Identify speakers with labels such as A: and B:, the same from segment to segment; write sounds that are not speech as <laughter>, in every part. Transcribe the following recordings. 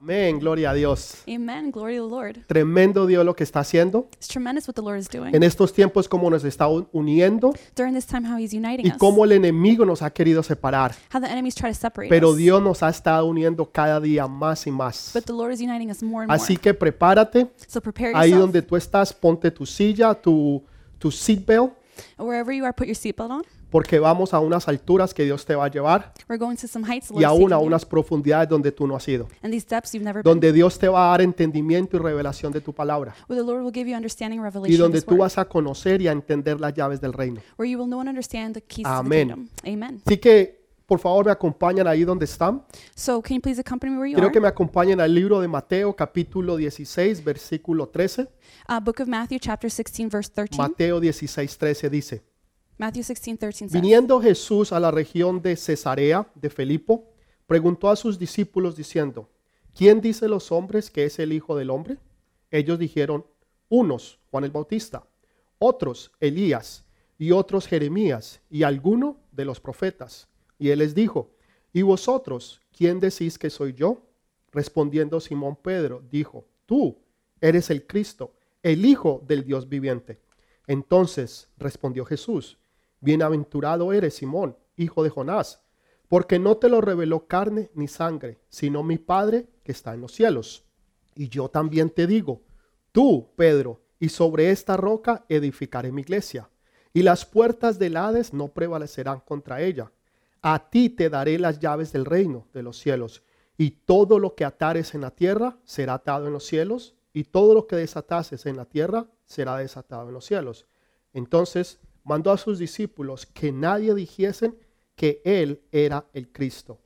A: Amén, gloria a Dios.
B: Amen. Glory to the Lord.
A: Tremendo Dios lo que está haciendo
B: It's tremendous what the Lord is doing
A: en estos tiempos, cómo nos está un- uniendo
B: during this time, how He's uniting
A: y
B: us,
A: cómo el enemigo nos ha querido separar.
B: how the enemies try to separate
A: Pero
B: us.
A: Dios nos ha estado uniendo cada día más y más.
B: But the Lord is uniting us more and
A: Así
B: more.
A: que prepárate.
B: So prepare
A: Ahí
B: yourself.
A: donde tú estás, ponte tu silla, tu, tu seatbelt,
B: Wherever you are, put your seatbelt on.
A: porque vamos a unas alturas que Dios te va a llevar
B: We're going to some heights, the
A: y
B: Lord is
A: aún a
B: taking you,
A: unas profundidades donde tú no has ido.
B: and these depths you've never been.
A: Donde Dios te va a dar entendimiento y revelación de tu palabra.
B: Where the Lord will give you understanding, and
A: Y
B: revelation, of
A: donde
B: His
A: tú
B: word,
A: vas a conocer y a entender las llaves del reino.
B: where you will know and understand the keys to the
A: Amén.
B: kingdom. Amen.
A: Así que, por favor, me acompañan ahí donde están.
B: So can you please accompany me where you
A: Quiero que
B: are?
A: me acompañen al libro de Mateo, capítulo 16, versículo 13.
B: Uh, Book of Matthew, chapter 16, verse 13.
A: Mateo 16, 13 dice.
B: Matthew 16, 13 says,
A: Viniendo Jesús a la región de Cesarea de Felipo, preguntó a sus discípulos diciendo, ¿quién dice los hombres que es el Hijo del Hombre? Ellos dijeron, unos, Juan el Bautista, otros, Elías, y otros, Jeremías, y alguno de los profetas. Y él les dijo, ¿y vosotros quién decís que soy yo? Respondiendo Simón Pedro, dijo, tú eres el Cristo, el Hijo del Dios viviente. Entonces respondió Jesús, Bienaventurado eres, Simón, hijo de Jonás, porque no te lo reveló carne ni sangre, sino mi Padre que está en los cielos. Y yo también te digo, tú, Pedro, y sobre esta roca edificaré mi iglesia, y las puertas del Hades no prevalecerán contra ella. A ti te daré las llaves del reino de los cielos, y todo lo que atares en la tierra será atado en los cielos, y todo lo que desatases en la tierra será desatado en los cielos. Entonces mandó a sus discípulos que nadie dijesen que él era el Cristo.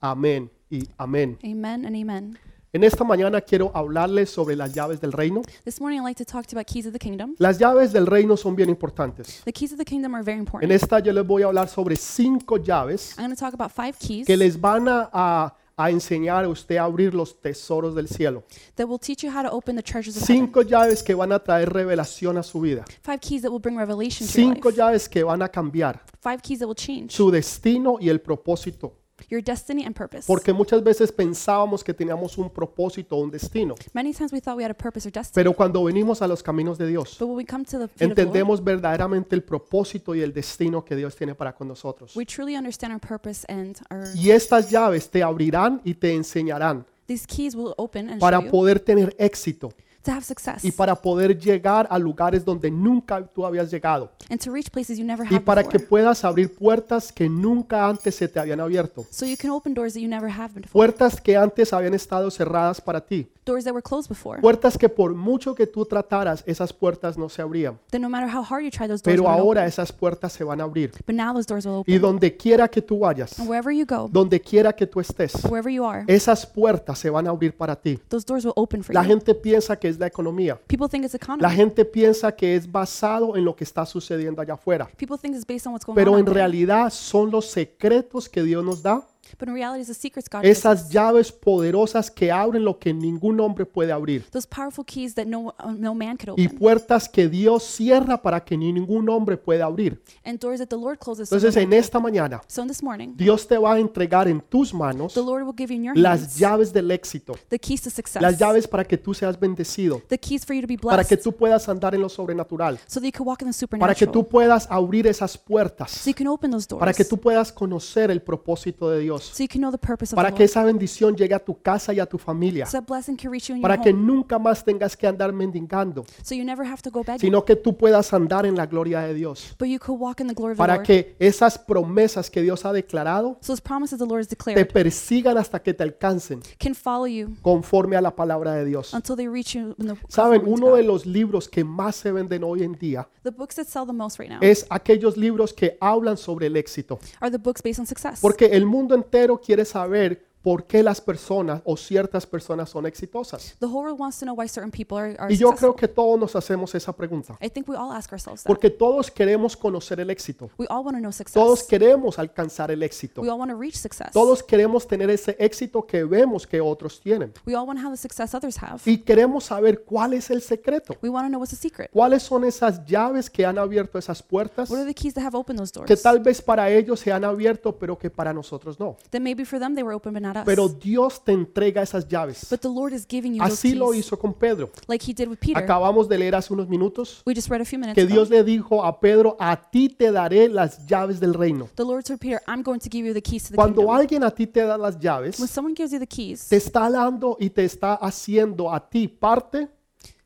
A: Amén y amén.
B: Amen and amen.
A: En esta mañana quiero hablarles sobre las llaves del reino.
B: This morning I'd like to talk to you about keys of the kingdom.
A: Las llaves del reino son bien importantes.
B: The keys of the kingdom are very
A: En
B: important.
A: esta yo les voy a hablar sobre cinco llaves
B: I'm going to talk about five keys
A: que les van a, a- a enseñar a usted a abrir los tesoros del cielo.
B: that will teach you how to open the treasures of heaven.
A: Cinco llaves que van a traer revelación a su vida.
B: Five keys that will bring revelation to your
A: Cinco
B: life.
A: llaves que van a cambiar
B: Five keys that will change
A: su destino y el propósito.
B: your destiny and purpose.
A: Porque muchas veces pensábamos que teníamos un propósito o un destino.
B: Many times we thought we had a purpose or destiny,
A: Pero cuando venimos a los caminos de Dios,
B: but when we come to the feet of the Lord,
A: entendemos verdaderamente el propósito y el destino que Dios tiene para con nosotros.
B: we truly understand our purpose and our
A: Y estas llaves te abrirán y te enseñarán
B: these keys will open and show
A: para
B: you
A: poder tener éxito
B: to have success
A: y para poder llegar a lugares donde nunca tú habías llegado
B: and to reach places you never
A: y
B: have
A: para que
B: before.
A: puedas abrir puertas que nunca antes se te habían abierto.
B: So you can open doors that you never have before,
A: Puertas que antes habían estado cerradas para ti.
B: doors that were closed before.
A: Puertas que por mucho que tú trataras, esas puertas no se abrían.
B: Then no matter how hard you try, those doors
A: Pero
B: will open.
A: ahora esas puertas se van a abrir.
B: But now those doors will
A: Y
B: open.
A: donde quiera que tú vayas,
B: And wherever you go,
A: donde quiera que tú estés,
B: wherever you are,
A: esas puertas se van a abrir para ti.
B: those doors will open for
A: La
B: you.
A: gente piensa que es la economía.
B: People think it's
A: La
B: economy.
A: gente piensa que es basado en lo que está sucediendo allá afuera.
B: People think it's based on what's going
A: Pero
B: on.
A: en
B: out there.
A: realidad son los secretos que Dios nos da.
B: But in reality, it's the secrets
A: Ah,
B: God gives us.
A: Esas llaves poderosas que abren lo que ningún hombre puede abrir.
B: Those powerful keys that no, uh, no man could
A: Y
B: open.
A: puertas que Dios cierra para que ni ningún hombre pueda abrir.
B: And doors that the Lord closes. to no
A: Entonces
B: man.
A: en esta mañana
B: So this morning,
A: Dios te va a entregar en tus manos
B: the Lord will give you in your
A: las
B: hands
A: llaves del éxito.
B: the keys to success.
A: Las llaves para que tú seas bendecido.
B: The keys for you to be
A: Para
B: blessed.
A: que tú puedas andar en lo sobrenatural.
B: So that you can walk in the
A: Para que
B: supernatural.
A: tú puedas abrir esas puertas.
B: So you can open those doors.
A: para que tú puedas conocer el propósito de Dios,
B: So you can know the purpose of
A: para
B: the
A: que
B: Lord.
A: esa bendición llegue a tu casa y a tu familia,
B: So that blessing can reach you in your
A: para que
B: home.
A: nunca más tengas que andar mendigando,
B: So you never have to go begging.
A: sino que tú puedas andar en la gloria de Dios,
B: But you could walk in the glory of the
A: para
B: Lord.
A: que esas promesas que Dios ha declarado
B: So those promises the Lord has
A: te
B: declared
A: persigan hasta que te alcancen
B: can follow you
A: conforme a la palabra de Dios.
B: until they reach you in the
A: Saben,
B: conformity
A: uno
B: to
A: de
B: God.
A: los libros que más se venden hoy en día
B: The books that sell the most right now
A: es aquellos libros que hablan sobre el éxito,
B: are the books based on success.
A: porque el mundo entero quiere saber por qué las personas o ciertas personas son exitosas.
B: The whole world wants to know why certain people are, are
A: Y yo creo
B: successful.
A: que todos nos hacemos esa pregunta,
B: I think we all ask ourselves that.
A: porque todos queremos conocer el éxito,
B: We all want to know
A: todos
B: success.
A: queremos alcanzar el éxito,
B: We all want to reach success.
A: todos queremos tener ese éxito que vemos que otros tienen.
B: We all want to have the success others have.
A: Y queremos saber cuál es el secreto,
B: We want to know what's the secret.
A: cuáles son esas llaves que han abierto esas puertas,
B: What are the keys that have opened those doors?
A: que tal vez para ellos se han abierto, pero que para nosotros no.
B: That maybe for them they were open, but not not us.
A: Pero Dios te entrega esas llaves.
B: But the Lord is giving you those
A: Así lo
B: keys,
A: hizo con Pedro.
B: like He did with Peter.
A: Acabamos de leer hace unos minutos
B: We just read a few minutes
A: que
B: ago.
A: Dios le dijo a Pedro, a ti te daré las llaves del reino.
B: The Lord told Peter, I'm going to give you the keys to the
A: Cuando
B: kingdom.
A: alguien a ti te da las
B: When
A: llaves,
B: someone gives you the keys,
A: te está dando y te está haciendo a ti parte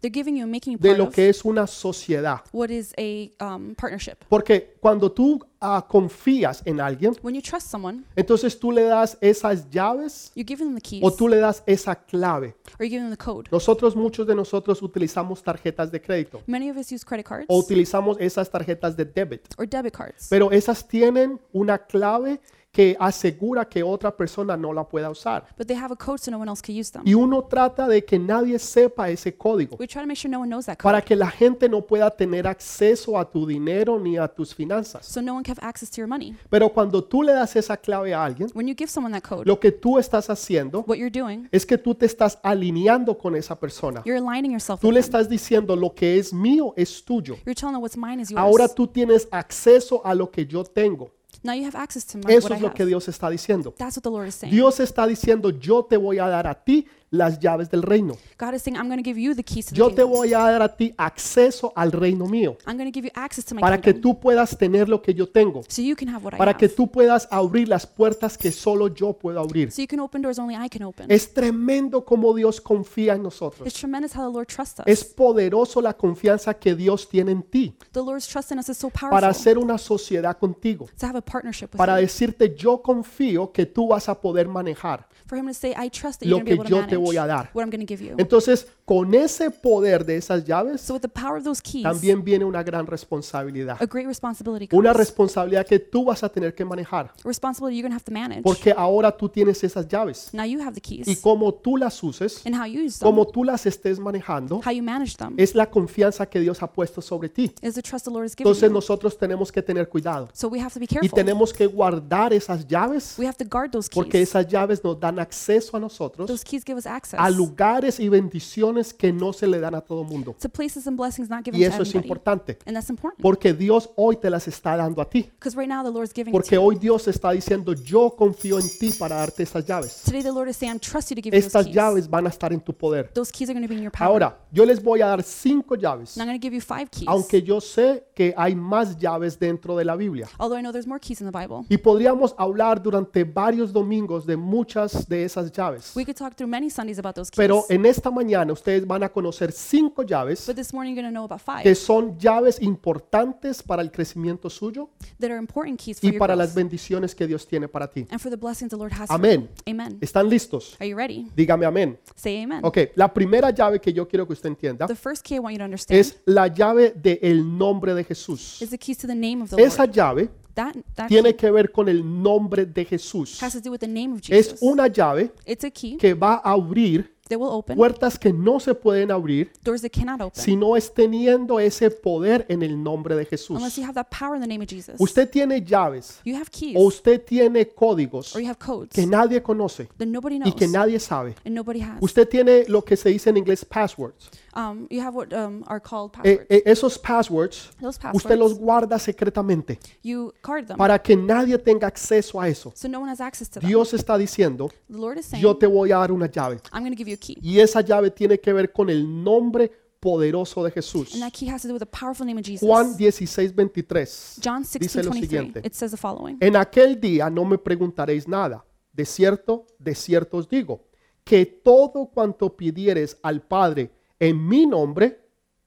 B: they're giving you and making you
A: de
B: part
A: lo
B: of
A: que es una sociedad.
B: what is a um, partnership.
A: Porque cuando tú ah, confías en alguien,
B: When you trust someone,
A: entonces tú le das esas llaves
B: you're giving them the keys
A: o tú le das esa clave.
B: or you're giving them the code.
A: Nosotros, muchos de nosotros utilizamos tarjetas de crédito
B: Many of us use credit cards
A: o utilizamos esas tarjetas de débito.
B: or debit cards,
A: pero esas tienen una clave que asegura que otra persona no la pueda usar.
B: but they have a code so no one else can use them.
A: Y uno trata de que nadie sepa ese código
B: We try to make sure no one knows that code
A: para que la gente no pueda tener acceso a tu dinero ni a tus finanzas.
B: so no one can have access to your money.
A: Pero cuando tú le das esa clave a alguien,
B: When you give someone that code,
A: lo que tú estás haciendo
B: what you're doing,
A: es que tú te estás alineando con esa persona.
B: you're aligning yourself
A: Tú le
B: with them.
A: estás diciendo lo que es mío es tuyo.
B: You're telling them what's mine is yours.
A: Ahora tú tienes acceso a lo que yo tengo.
B: now you have access to my,
A: Eso
B: what I
A: es lo
B: have.
A: que Dios está diciendo.
B: That's what the Lord is saying.
A: Dios está diciendo, yo te voy a dar a ti las llaves del reino.
B: God is saying, I'm going to give you the keys to the
A: Yo te
B: kingdom.
A: voy a dar a ti acceso al reino mío
B: I'm going to give you access to my
A: para que
B: kingdom
A: tú puedas tener lo que yo tengo,
B: so you can have what I
A: para
B: have.
A: que tú puedas abrir las puertas que solo yo puedo abrir.
B: so you can open doors only I can open.
A: Es tremendo como Dios confía en nosotros.
B: It's tremendous how the Lord trusts us.
A: Es poderoso la confianza que Dios tiene en ti
B: the Lord's trust in us is so powerful Pues
A: para hacer una sociedad contigo,
B: to have a partnership with
A: para
B: Him.
A: decirte yo confío que tú vas a poder manejar.
B: For Him to say, I trust that
A: lo
B: you're going to
A: que
B: be able
A: yo
B: to
A: te voy a
B: manage
A: dar.
B: what I'm going to give you.
A: Entonces, con ese poder de esas llaves,
B: so with the power of those keys,
A: también viene una gran responsabilidad.
B: a great responsibility comes.
A: Una responsabilidad que tú vas a tener que manejar.
B: responsibility you're going to have to manage.
A: Porque ahora tú tienes esas llaves.
B: now you have the
A: Y
B: keys
A: como tú las uses,
B: and how you use them,
A: como tú las estés manejando,
B: how you manage them,
A: es la confianza que Dios ha puesto sobre ti.
B: is the trust the Lord is giving
A: Entonces
B: you.
A: nosotros tenemos que tener cuidado.
B: So we have to be
A: Y
B: careful.
A: tenemos que guardar esas llaves
B: we have to guard those keys.
A: porque esas llaves nos dan acceso a nosotros
B: those keys give us access
A: a lugares y bendiciones que no se le dan a todo mundo.
B: to places and blessings not given
A: Y
B: to
A: eso es
B: everybody.
A: importante
B: and that's important.
A: porque Dios hoy te las está dando a ti.
B: Because right now the Lord's giving it to
A: Porque hoy Dios está diciendo, yo confío en ti para darte esas llaves.
B: Today the Lord is saying, I trust you to give you those
A: Estas
B: keys.
A: llaves van a estar en tu poder.
B: Those keys are going to be in your power.
A: Ahora, yo les voy a dar cinco llaves,
B: and I'm going to give you five keys.
A: aunque yo sé que hay más llaves dentro de la Biblia.
B: although I know there's more keys in the Bible.
A: Y podríamos hablar durante varios domingos de muchas de esas llaves.
B: We could talk through many Sundays about those keys.
A: Pero en esta mañana ustedes van a conocer cinco llaves
B: but this morning you're going to know about five
A: que son llaves importantes para el crecimiento suyo
B: that are important keys for
A: y
B: your
A: para
B: growth
A: las bendiciones que Dios tiene para ti.
B: and for the blessings the Lord has
A: Amén.
B: for you. Amen.
A: ¿Están listos?
B: Are you ready?
A: Dígame amén.
B: Say amen.
A: Ok, la primera llave que yo quiero que usted entienda
B: The first key I want you to understand
A: es la llave del nombre de Jesús.
B: is the keys to the name of the
A: Esa
B: Lord.
A: llave
B: That, that
A: tiene
B: key
A: que ver con el nombre de Jesús.
B: has to do with the name of
A: Es
B: Jesus.
A: una llave
B: it's a key
A: que va a abrir
B: that will open
A: puertas que no se pueden abrir
B: doors that cannot open
A: si no es teniendo ese poder en el nombre de
B: unless
A: Jesús.
B: you have that power in the name of Jesus.
A: Usted tiene llaves
B: you have keys
A: o usted tiene códigos
B: or you have codes
A: que nadie conoce
B: that nobody
A: y
B: knows
A: que nadie sabe.
B: and nobody has.
A: Usted tiene lo que se dice en inglés passwords.
B: Um, you have what um, are called
A: Eh,
B: passwords.
A: eh, esos passwords
B: Those
A: usted los
B: passwords,
A: guarda secretamente
B: you card them,
A: para que nadie tenga acceso a eso.
B: so no one has access to them.
A: Dios está diciendo,
B: The Lord is saying,
A: yo te voy a dar una llave.
B: I'm going to give you a key.
A: Y esa llave tiene que ver con el nombre poderoso de Jesús.
B: And that key has to do with the powerful name of Jesus.
A: Juan 16, 23.
B: John 16,
A: dice lo
B: 23,
A: siguiente.
B: it says the following.
A: En aquel día no me preguntaréis nada. De cierto, de cierto os digo, que todo cuanto pidieres al Padre en mi nombre,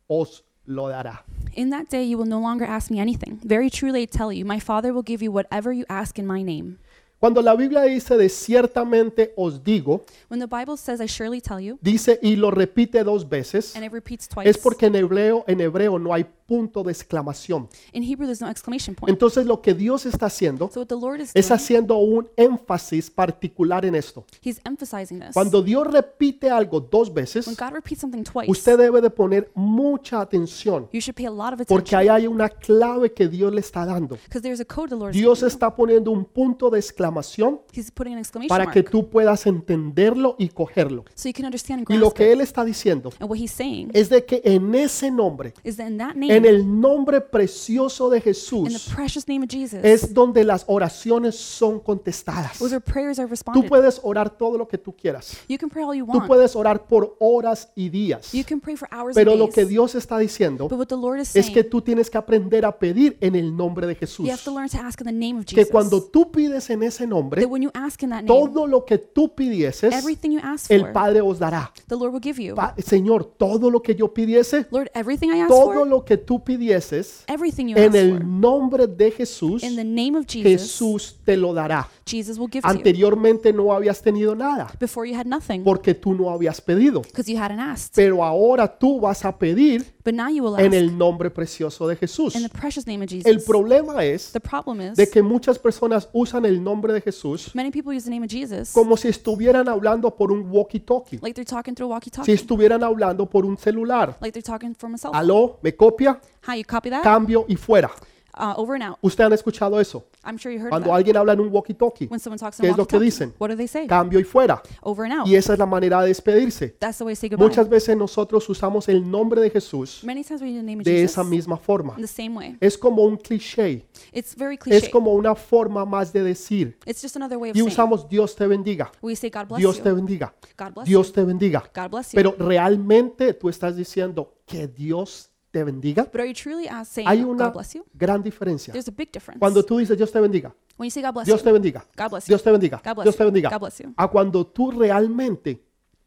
A: os lo dará.
B: In that day you will no longer ask me anything. Very truly I tell you, my Father will give you whatever you ask in my name.
A: Cuando la Biblia dice de ciertamente os digo,
B: When the Bible says, I surely tell you,
A: dice y lo repite dos veces,
B: and it repeats twice,
A: es porque en hebreo, en hebreo no hay punto de exclamación.
B: in Hebrew there's no exclamation point.
A: Entonces lo que Dios está haciendo
B: So what the Lord is doing,
A: es haciendo un énfasis particular en esto.
B: he's emphasizing this.
A: Cuando Dios repite algo dos
B: when
A: veces,
B: God repeats something twice,
A: usted debe de poner mucha atención
B: you should pay a lot of
A: porque
B: attention
A: ahí hay una clave que Dios le está dando.
B: because there's a code the Lord is
A: Dios
B: giving you.
A: está poniendo un punto de exclamación
B: He's putting an exclamation
A: para que
B: mark.
A: tú puedas entenderlo y cogerlo.
B: So you can understand and
A: Y
B: grasp
A: lo que
B: it.
A: él está diciendo
B: And what he's saying
A: es de que en ese nombre,
B: is that in that
A: en
B: name,
A: el nombre precioso de
B: in the
A: Jesús,
B: precious name of Jesus,
A: es donde las oraciones son contestadas.
B: where their prayers are
A: Tú
B: responded.
A: puedes orar todo lo que tú quieras.
B: You can pray all you
A: Tú
B: want.
A: puedes orar por horas y días.
B: You can pray for hours
A: Pero lo
B: and
A: que
B: days.
A: Dios está diciendo
B: But what the Lord is
A: es que
B: saying,
A: tú tienes que aprender a pedir en el nombre de Jesús.
B: you have to learn to ask in the name of
A: Que
B: Jesus.
A: cuando tú pides en ese
B: That
A: nombre,
B: when you ask in that name,
A: todo lo que tú pidieses,
B: everything you ask
A: el
B: for,
A: Padre os dará.
B: the Lord will give you.
A: Pa- Señor, todo lo que yo pidiese,
B: Lord, everything I ask
A: todo
B: for,
A: lo que tú pidieses,
B: everything you ask
A: en
B: for,
A: el nombre de Jesús,
B: in the name of Jesus,
A: Jesús te lo dará.
B: Jesus will give to you.
A: Anteriormente no habías tenido nada
B: Before you had nothing
A: porque tú no habías pedido.
B: because you hadn't asked.
A: Pero ahora tú vas a pedir
B: But now you will ask
A: en
B: in
A: el nombre precioso de Jesús.
B: the precious name of
A: El
B: Jesus.
A: problema es
B: The problem is
A: de que muchas personas usan el nombre de Jesús
B: many people use the name of Jesus
A: como si estuvieran hablando por un walkie-talkie,
B: like they're talking through a
A: si
B: walkie-talkie,
A: estuvieran hablando por un celular.
B: like they're talking from a cell phone.
A: Aló, me copia,
B: Hi, you copy that?
A: cambio y fuera.
B: Uh, over and out.
A: Ustedes han escuchado eso.
B: I'm sure you heard of
A: Cuando
B: that.
A: alguien habla en un walkie-talkie,
B: When someone talks
A: ¿Qué
B: in a
A: es lo que
B: walkie-talkie,
A: dicen?
B: what do they say?
A: cambio y fuera.
B: Over and out.
A: Y esa es la manera de despedirse.
B: That's the way to say goodbye.
A: Muchas veces nosotros usamos el nombre de Jesús
B: Many times we use the name of
A: de
B: Jesus
A: esa
B: in
A: misma forma.
B: the same way.
A: Es como un cliché,
B: It's very
A: es
B: cliche.
A: como una forma más de decir.
B: It's just another way of
A: Y
B: saying.
A: usamos Dios te bendiga,
B: We say God bless
A: Dios te
B: you.
A: bendiga,
B: God bless you.
A: Dios te bendiga.
B: God bless you.
A: Pero realmente tú estás diciendo que Dios te bendiga.
B: But are you truly uh, saying
A: Hay una
B: God bless you?
A: gran diferencia.
B: There's a big difference.
A: Cuando tú dices Dios te bendiga,
B: when you say God bless
A: Dios
B: you
A: te bendiga,
B: God bless you.
A: Dios te bendiga,
B: God bless
A: Dios te
B: you.
A: bendiga,
B: God bless you.
A: a cuando tú realmente,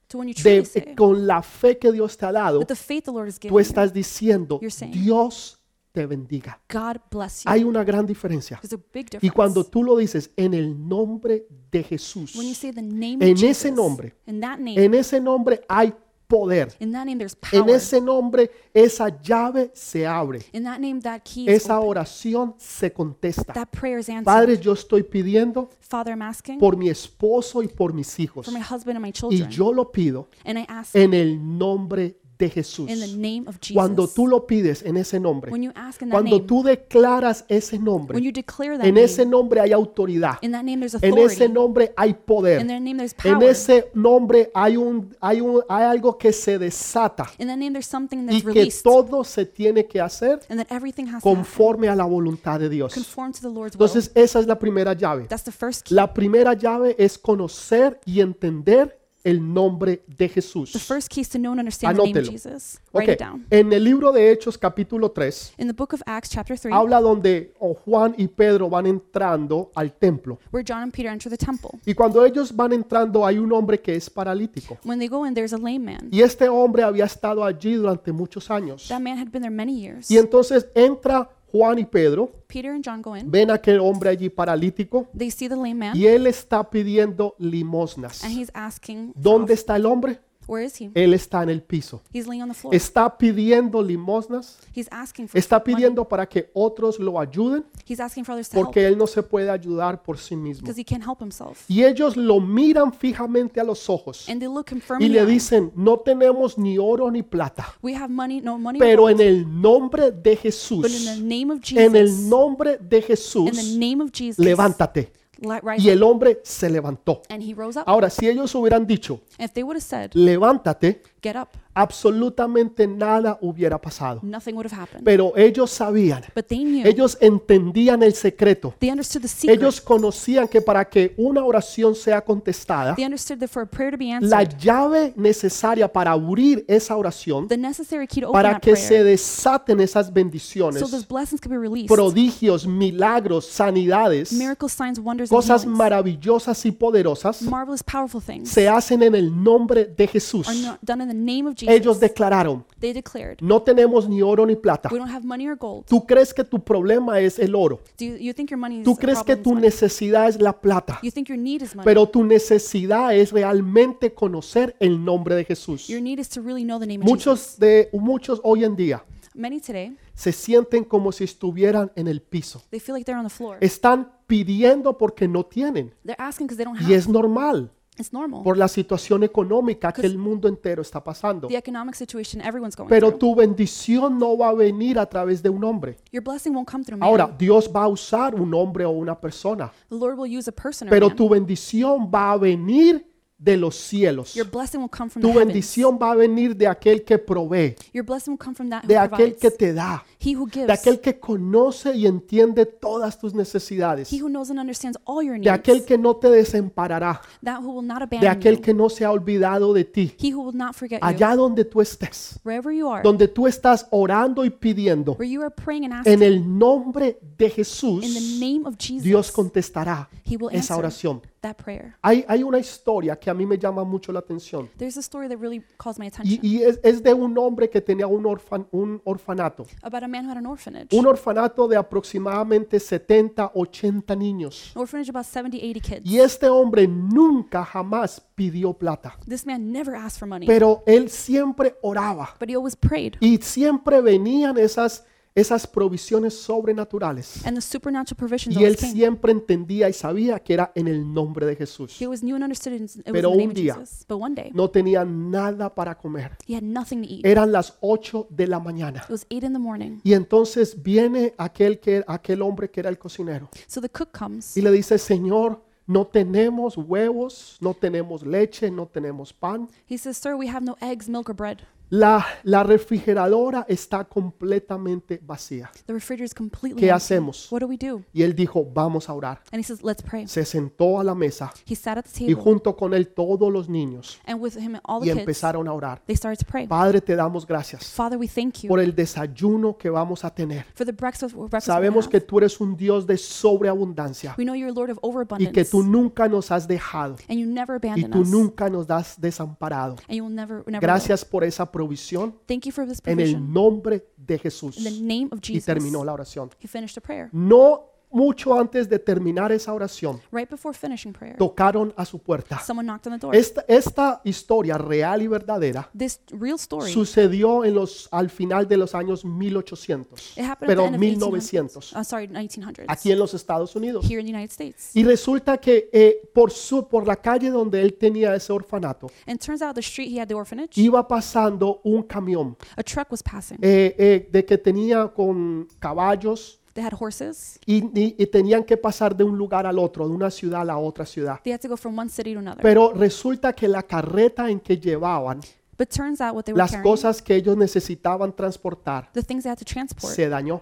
B: to when you truly
A: de-
B: say
A: con la fe que Dios te ha dado,
B: with the faith the Lord has given
A: tú
B: you,
A: estás diciendo
B: You're saying-
A: Dios te bendiga.
B: God bless you.
A: Hay una gran diferencia.
B: There's a big
A: Y
B: difference.
A: cuando tú lo dices en el nombre de Jesús,
B: when you say the name
A: en
B: of
A: ese
B: Jesus,
A: nombre,
B: in that name,
A: en ese nombre hay poder.
B: in that name there's power.
A: En ese nombre esa llave se abre.
B: in that name that key is
A: Esa
B: open.
A: oración se contesta.
B: that prayer is answered.
A: Padre, yo estoy pidiendo
B: Father, I'm asking
A: por mi esposo y por mis hijos.
B: for my husband and my
A: Y
B: children,
A: yo lo pido
B: and I ask
A: en el nombre de
B: in the
A: Jesús.
B: name of Jesus.
A: Cuando tú lo pides en ese nombre,
B: when you ask in that
A: cuando
B: name,
A: tú declaras ese
B: when
A: nombre,
B: you declare that
A: en
B: name,
A: ese nombre hay autoridad.
B: in that name there's
A: En
B: authority.
A: ese nombre hay
B: in
A: poder.
B: that name there's
A: En
B: power.
A: ese nombre hay un hay un hay algo que se desata
B: in that name there's something
A: y
B: that's
A: que
B: released.
A: todo se tiene que hacer
B: and that everything has to happen.
A: conforme a la voluntad de Dios.
B: conform to the Lord's will.
A: Entonces, esa es la primera llave.
B: That's the first key.
A: La primera llave es conocer y entender el nombre de
B: The
A: Jesús.
B: first key is to know and understand the name of
A: Anótelo.
B: Jesus.
A: Ok,
B: Write it down.
A: En el libro de Hechos capítulo 3
B: In the book of Acts, chapter 3,
A: habla donde oh, Juan y Pedro van entrando al templo
B: where John and Peter enter the temple.
A: y cuando ellos van entrando hay un hombre que es paralítico.
B: When they go in, there's a lame man.
A: Y este hombre había estado allí durante muchos años.
B: That man had been there many years.
A: Y entonces entra Juan y Pedro,
B: Peter and John go in.
A: ven a aquel hombre allí paralítico
B: They see the lame man,
A: y él está pidiendo limosnas.
B: and he's asking,
A: ¿Dónde está el hombre?
B: Where is he?
A: Él está en el piso.
B: He's laying on the floor.
A: Está pidiendo limosnas,
B: He's asking for
A: está
B: money.
A: pidiendo para que otros lo ayuden
B: He's asking for others to help
A: porque él no se puede ayudar por sí mismo.
B: because he can't help himself.
A: Y ellos lo miran fijamente a los ojos
B: And they look him
A: y
B: firmly.
A: le
B: in the eye.
A: dicen, no tenemos ni oro ni plata,
B: We have money, no money, or
A: pero
B: gold,
A: en el nombre de
B: but in the
A: Jesús,
B: name of Jesus,
A: en el nombre de
B: in the
A: Jesús,
B: name of Jesus,
A: levántate.
B: li- rise
A: Y
B: up.
A: el hombre se levantó.
B: And he rose up.
A: Ahora, si ellos hubieran dicho,
B: If they would have said,
A: levántate,
B: Get up,
A: absolutamente nada hubiera pasado.
B: nothing would have happened.
A: Pero ellos sabían,
B: But they knew.
A: ellos entendían el secreto.
B: They understood the secret.
A: Ellos conocían que para que una oración sea contestada,
B: They understood that for a prayer to be
A: la
B: answered,
A: llave necesaria para abrir esa oración,
B: the necessary key to open
A: para
B: that
A: que se
B: prayer,
A: desaten esas
B: so those
A: bendiciones,
B: blessings could be released,
A: prodigios, milagros, sanidades,
B: miracles, signs, wonders, and
A: cosas
B: healings,
A: maravillosas y poderosas,
B: marvelous, powerful things
A: se hacen en el nombre de Jesús.
B: are not done in the name of
A: Ellos
B: Jesus.
A: declararon,
B: They declared,
A: no tenemos ni oro ni plata.
B: "We don't have money or gold.
A: Tú crees que tu problema es el oro.
B: Do you, you think your money is
A: Tú
B: a
A: crees que
B: problem
A: tu
B: with money?
A: necesidad es la plata.
B: You think your need is money?
A: Pero tu necesidad es realmente conocer el nombre de Jesús.
B: Your need is to really know the name of Jesus."
A: Muchos de muchos hoy en día
B: Many today,
A: se sienten como si estuvieran en el piso.
B: they feel like they're on the floor.
A: Están pidiendo porque no tienen
B: They're asking because they don't
A: y
B: have.
A: es normal.
B: It's normal.
A: por la situación económica que el mundo entero está pasando.
B: The economic situation everyone's going
A: Pero
B: through.
A: tu bendición no va a venir a través de un hombre.
B: Your blessing won't come through man.
A: Ahora, Dios va a usar un hombre o una persona,
B: the Lord will use a person or
A: pero
B: man.
A: tu bendición va a venir de los cielos.
B: Your blessing will come from
A: Tu
B: the heavens.
A: bendición va a venir de aquel que provee,
B: Your blessing will come from that who
A: de aquel
B: provides.
A: que te da,
B: he who gives.
A: de aquel que conoce y entiende todas tus necesidades,
B: he who knows and understands all your needs.
A: de aquel que no te desamparará,
B: that who will not
A: de
B: abandon
A: aquel
B: you.
A: que no se ha olvidado de ti,
B: He who will not forget you.
A: allá donde tú estés,
B: Wherever you are,
A: donde tú estás orando y pidiendo.
B: where you are praying and asking,
A: En el nombre de
B: in the
A: Jesús,
B: name of Jesus,
A: Dios contestará
B: He will
A: esa
B: answer.
A: oración.
B: that prayer.
A: Hay, hay una historia que a mí me llama mucho la atención.
B: There's a story that really calls my attention
A: Y, y es, es de un hombre que tenía un, orfan- un orfanato.
B: about a man who had an orphanage.
A: Un orfanato de aproximadamente 70, 80 niños.
B: An orphanage about 70, 80 kids.
A: Y este hombre nunca jamás pidió plata.
B: This man never asked for money,
A: Pero él siempre oraba.
B: but he always prayed.
A: Y siempre venían esas, esas provisiones sobrenaturales.
B: And the supernatural provisions
A: Y él
B: always came.
A: siempre entendía y sabía que era en el nombre de Jesús.
B: He always knew and understood it was in
A: Pero
B: the name
A: un
B: of
A: día-
B: Jesus. But one day,
A: No tenía nada para comer.
B: he had nothing to eat.
A: Eran las 8 de la mañana.
B: It was 8 in the morning.
A: Y entonces viene aquel, que, aquel hombre que era el cocinero
B: So the cook comes
A: y le dice, Señor, no tenemos huevos, no tenemos leche, no tenemos pan.
B: He says, Sir, we have no eggs, milk, or bread.
A: La, la refrigeradora está completamente vacía.
B: The refrigerator is completely
A: ¿Qué
B: empty.
A: hacemos?
B: What do we do?
A: Y él dijo, vamos a orar.
B: And he says, Let's pray.
A: Se sentó a la mesa
B: He sat at the
A: y
B: table,
A: junto con él todos los niños
B: and with him and all
A: y
B: the kids,
A: empezaron a orar.
B: they started to pray.
A: Padre, te damos gracias
B: Father, we thank you
A: por el desayuno que vamos a tener.
B: for the breakfast. breakfast we're gonna
A: Sabemos
B: have.
A: que tú eres un Dios de sobreabundancia
B: we know you're Lord of
A: y que
B: overabundance,
A: tú nunca nos has dejado
B: and you never
A: y
B: abandon
A: tú
B: us, and
A: nunca nos has desamparado.
B: you will never, never. will.
A: Gracias por esa provisión
B: Thank you for this
A: en el
B: provision.
A: nombre de
B: In the
A: Jesús.
B: name of
A: Y
B: Jesus,
A: terminó la oración.
B: he finished the prayer.
A: No mucho antes de terminar esa oración,
B: Right before finishing prayer,
A: tocaron a su puerta.
B: someone knocked on the door.
A: Esta, esta historia real y verdadera
B: this real story.
A: sucedió en los, al final de los años 1800,
B: it happened
A: pero
B: at the end of 1900s.
A: 1900,
B: Uh, sorry, 1900s.
A: aquí en los Estados Unidos.
B: here in the United States.
A: Y resulta que eh, por, su, por la calle donde él tenía ese orfanato,
B: And it turns out the street he had the orphanage,
A: iba pasando un camión
B: a truck was passing.
A: eh, eh, de que tenía con caballos
B: They had horses.
A: y, y- y tenían que pasar de un lugar al otro, de una ciudad a la otra ciudad.
B: They had to go from one city to another.
A: Pero resulta que la carreta en que llevaban
B: But turns out what they were
A: las
B: carrying,
A: cosas que ellos necesitaban transportar
B: the things they had to transport,
A: se dañó.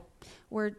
B: were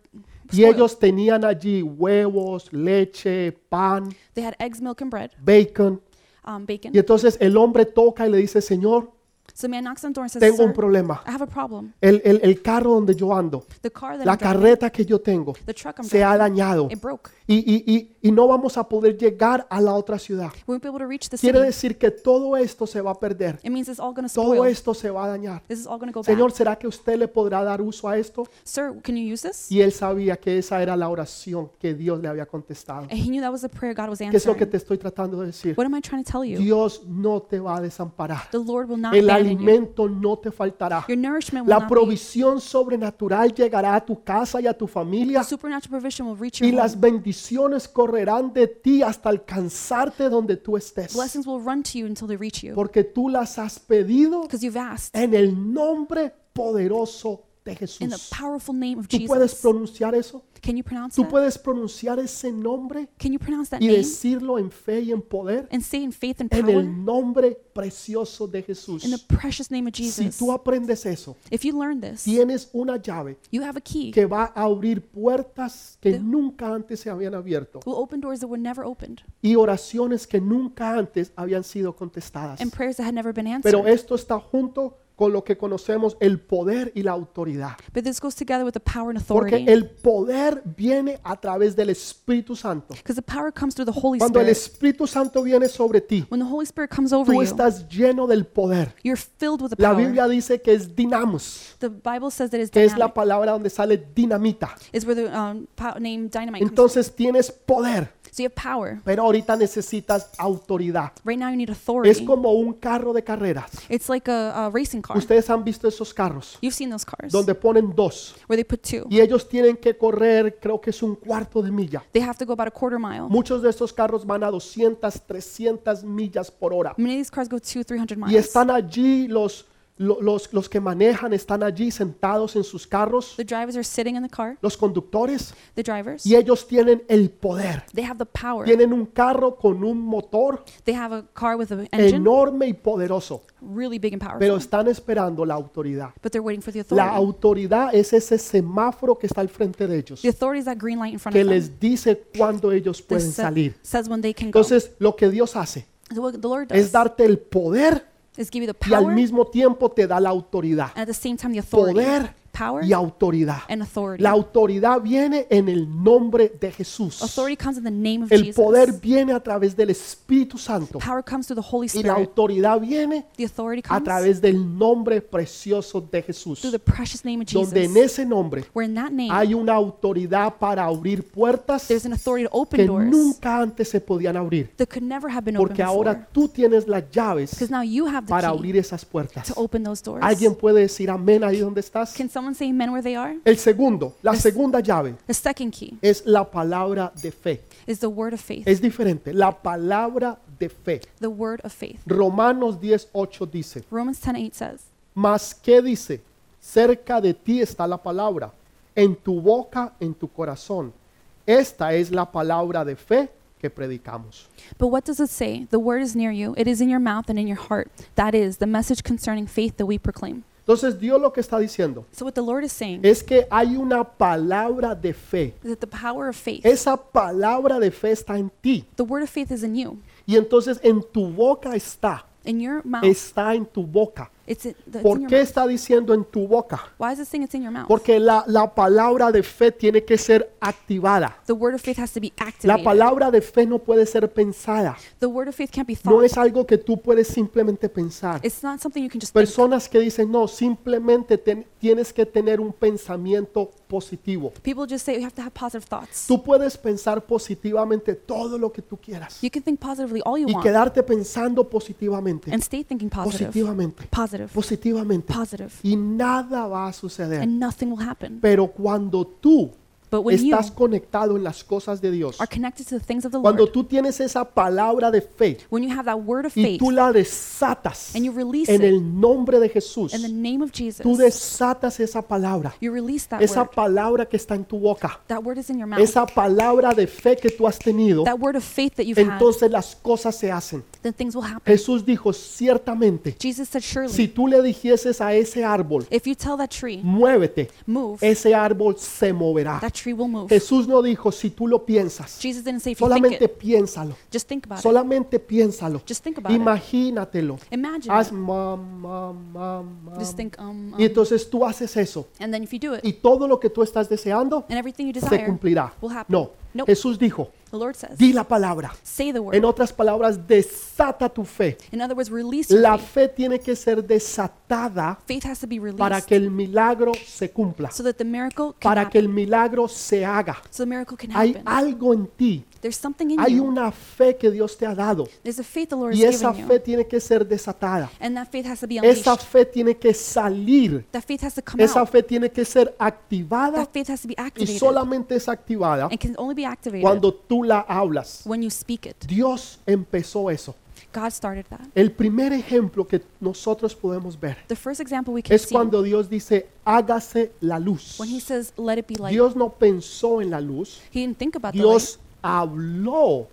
A: Y
B: spoiled.
A: ellos tenían allí huevos, leche, pan,
B: They had eggs, milk, and bread,
A: bacon.
B: um, bacon.
A: Y entonces el hombre toca y le dice, Señor,
B: So the man knocks on the door and says,
A: tengo un
B: Sir,
A: problema.
B: I have a problem.
A: El, el- el carro donde yo ando,
B: The car that
A: la
B: I'm driving,
A: carreta que yo tengo,
B: the truck I'm
A: se
B: driving,
A: ha dañado
B: it broke.
A: y, y- y- y no vamos a poder llegar a la otra ciudad.
B: We won't be able to reach the
A: Quiere
B: city.
A: decir que todo esto se va a perder,
B: It means it's all going to spoil.
A: todo esto se va a dañar.
B: This is all going to go
A: Señor,
B: back.
A: ¿será que usted le podrá dar uso a esto?
B: Sir, can you use this?
A: Y él sabía que esa era la oración que Dios le había contestado.
B: And he knew that was the prayer God was
A: ¿Qué es lo que
B: answering.
A: te estoy tratando de decir?
B: What am I trying to tell you?
A: Dios no te va a desamparar.
B: The Lord will not
A: El
B: abandon you.
A: alimento no te faltará.
B: Your nourishment will
A: La
B: not be.
A: provisión sobrenatural llegará a tu casa y a tu familia.
B: Supernatural provision will reach
A: y
B: your home.
A: las bendiciones correrán de ti hasta alcanzarte donde tú estés.
B: Blessings will run to you until they reach you
A: Porque tú las has pedido
B: because you've asked
A: en el nombre poderoso de
B: in the
A: Jesús.
B: powerful name of
A: ¿Tú puedes
B: Jesus.
A: pronunciar eso?
B: Can you pronounce
A: ¿Tú
B: that?
A: puedes pronunciar ese nombre
B: Can you pronounce that
A: y
B: name
A: decirlo en fe y en poder?
B: and say in faith and
A: En
B: power
A: el nombre precioso de Jesús.
B: in the precious name of
A: Si
B: Jesus?
A: tú aprendes eso,
B: If you learn this,
A: tienes una llave
B: you have a key
A: que va a abrir puertas que
B: Te-
A: nunca antes se habían abierto
B: will open doors that were never opened
A: y oraciones que nunca antes habían sido contestadas.
B: and prayers that had never been
A: Pero
B: answered.
A: esto está junto con lo que conocemos el poder y la autoridad.
B: But this goes together with the power and
A: Porque
B: authority
A: el poder viene a través del Espíritu Santo.
B: because the power comes through the Holy
A: Cuando el
B: Spirit.
A: Espíritu Santo viene sobre ti,
B: When the Holy Spirit comes over
A: tú
B: you,
A: estás lleno del poder.
B: you're filled with the
A: La
B: power.
A: Biblia dice que es dinamos,
B: The Bible says that it's
A: que es la
B: dynamic.
A: palabra donde sale dinamita.
B: Is where the um, po- name dynamite comes from.
A: Entonces tienes poder,
B: So you have power.
A: Pero ahorita necesitas autoridad.
B: Right now you need
A: Es
B: authority.
A: como un carro de carreras.
B: It's like a, a racing car.
A: Ustedes han visto esos carros
B: You've seen those cars
A: donde ponen dos
B: where they put two.
A: y ellos tienen que correr, creo que es un cuarto de milla.
B: They have to go about a quarter mile.
A: Muchos de estos carros van a 200, 300 millas por hora.
B: Many of these cars go two, three hundred
A: Y
B: miles.
A: están allí los, lo- los, los que manejan, están allí sentados en sus carros,
B: The drivers are sitting in the car.
A: los conductores,
B: The drivers.
A: y ellos tienen el poder.
B: They have the power.
A: Tienen un carro con un motor
B: They have a car with an engine,
A: enorme y poderoso,
B: really big and
A: pero
B: powerful.
A: están esperando la autoridad.
B: But they're waiting for the
A: La
B: authority.
A: autoridad es ese semáforo que está al frente de ellos,
B: The authority is that green light in front
A: que
B: of them.
A: les dice cuándo ellos
B: that
A: pueden
B: sa-
A: salir.
B: says when they can go. So
A: Entonces, lo que Dios hace
B: what the Lord
A: es
B: does
A: darte el poder
B: is give you the
A: y al
B: power and
A: mismo tiempo te da la autoridad.
B: at the same time the authority.
A: Poder
B: Power
A: y autoridad.
B: and authority.
A: La autoridad viene en el nombre de Jesús.
B: Authority comes in the name of
A: El poder
B: Jesus.
A: viene a través del Espíritu Santo
B: Power comes through the Holy
A: y la
B: Spirit.
A: autoridad viene
B: The authority
A: a
B: comes
A: través del nombre precioso de
B: through
A: Jesús,
B: the precious name of
A: donde en
B: Jesus.
A: ese nombre
B: Where in that name
A: hay una autoridad para abrir puertas
B: there's an authority to open
A: que
B: doors
A: nunca antes se podían abrir,
B: that could never have been opened
A: porque
B: before.
A: ahora tú tienes las llaves
B: Because now you have
A: para
B: the key
A: abrir esas puertas.
B: to open those doors.
A: ¿Alguien puede decir amén ahí donde estás?
B: Can someone say amen where they are?
A: El segundo, la segunda llave
B: The second key
A: es la palabra de fe.
B: is the word of faith.
A: Es diferente, la palabra de fe.
B: The word of faith.
A: Romanos 10:8 dice,
B: Romans 10:8 says,
A: Mas qué dice, cerca de ti está la palabra, en tu boca, en tu corazón. Esta es la palabra de fe que predicamos.
B: But what does it say? The word is near you, it is in your mouth and in your heart. That is the message concerning faith that we proclaim.
A: Entonces Dios lo que está diciendo
B: So, what the Lord is saying
A: es que hay una palabra de fe.
B: is that the power of faith,
A: Esa palabra de fe está en ti.
B: the word of faith is in you,
A: Y entonces en tu boca está.
B: in your mouth.
A: Está en tu boca.
B: it's, in, the, it's in
A: ¿Por
B: your
A: qué
B: mouth.
A: está diciendo en tu boca?
B: Why is it saying it's in your mouth?
A: Porque la, la palabra de fe tiene que ser activada.
B: the word of faith has to be
A: La
B: activated.
A: palabra de fe no puede ser pensada.
B: the word of faith can't be
A: No
B: thought.
A: es algo que tú puedes simplemente pensar.
B: it's not something you can just think.
A: Personas que dicen, no, simplemente ten- tienes que tener un pensamiento positivo.
B: People just say you have to have positive thoughts.
A: Tú puedes pensar positivamente todo lo que tú quieras
B: You can think positively all you
A: y
B: want
A: quedarte pensando positivamente,
B: and stay thinking positive.
A: positivamente,
B: Positive.
A: positivamente
B: Positive.
A: y nada va a suceder.
B: And nothing will happen.
A: Pero cuando tú
B: But when you
A: estás conectado en las cosas de Dios,
B: are connected to the things of the
A: cuando
B: Lord,
A: tú tienes esa palabra de fe
B: when you have that word of
A: y
B: faith
A: tú la desatas
B: and you release
A: en
B: it
A: el nombre de Jesús,
B: in the name of
A: tú
B: Jesus,
A: desatas esa palabra,
B: you release that
A: esa
B: word.
A: palabra que está en tu boca,
B: That word is in your mouth.
A: esa palabra de fe que tú has tenido,
B: That word of faith that you've had,
A: entonces las cosas se hacen.
B: then things will happen.
A: Jesús dijo, ciertamente,
B: Jesus said,
A: si
B: Surely,
A: tú le dijeses a ese árbol,
B: if you tell that tree,
A: muévete,
B: move,
A: ese árbol se moverá.
B: that tree will move.
A: Jesús no dijo, si tú lo piensas,
B: Jesus didn't say, If you think
A: solamente
B: it,
A: piénsalo,
B: just think about it.
A: solamente piénsalo,
B: Just think about it.
A: imagínatelo,
B: Imagine
A: haz
B: it.
A: mamá, mamá.
B: Just think, um,
A: Y
B: um.
A: entonces tú haces eso
B: And then if you do it,
A: y todo lo que tú estás deseando
B: and everything you
A: se
B: desire,
A: cumplirá.
B: will happen.
A: No,
B: Nope.
A: Jesús dijo,
B: the Lord says,
A: di la palabra.
B: Say the
A: En
B: word.
A: otras palabras, desata tu fe.
B: In other words, release your
A: La
B: faith.
A: fe tiene que ser desatada
B: Faith has to be
A: para
B: released
A: que el milagro se cumpla,
B: so that the miracle can
A: para que el
B: happen.
A: milagro se haga.
B: So the miracle can
A: Hay
B: happen.
A: algo en ti,
B: There's something in
A: hay
B: you.
A: una fe que Dios te ha dado
B: There's a faith the Lord
A: y
B: has
A: esa
B: given you.
A: fe tiene que ser desatada.
B: And that faith has to be unleashed.
A: Esa fe tiene que salir,
B: That faith has to come
A: esa
B: out.
A: fe tiene que ser activada
B: That faith has to be
A: y
B: activated.
A: solamente es activada
B: And can only be activated
A: cuando tú la hablas.
B: when you speak it.
A: Dios empezó eso.
B: God started that.
A: El primer ejemplo que nosotros podemos ver
B: The first example we can
A: es
B: see
A: cuando Dios dice, hágase la luz.
B: when he says, let it be light.
A: Dios no pensó en la luz,
B: He didn't think about the light.
A: Dios habló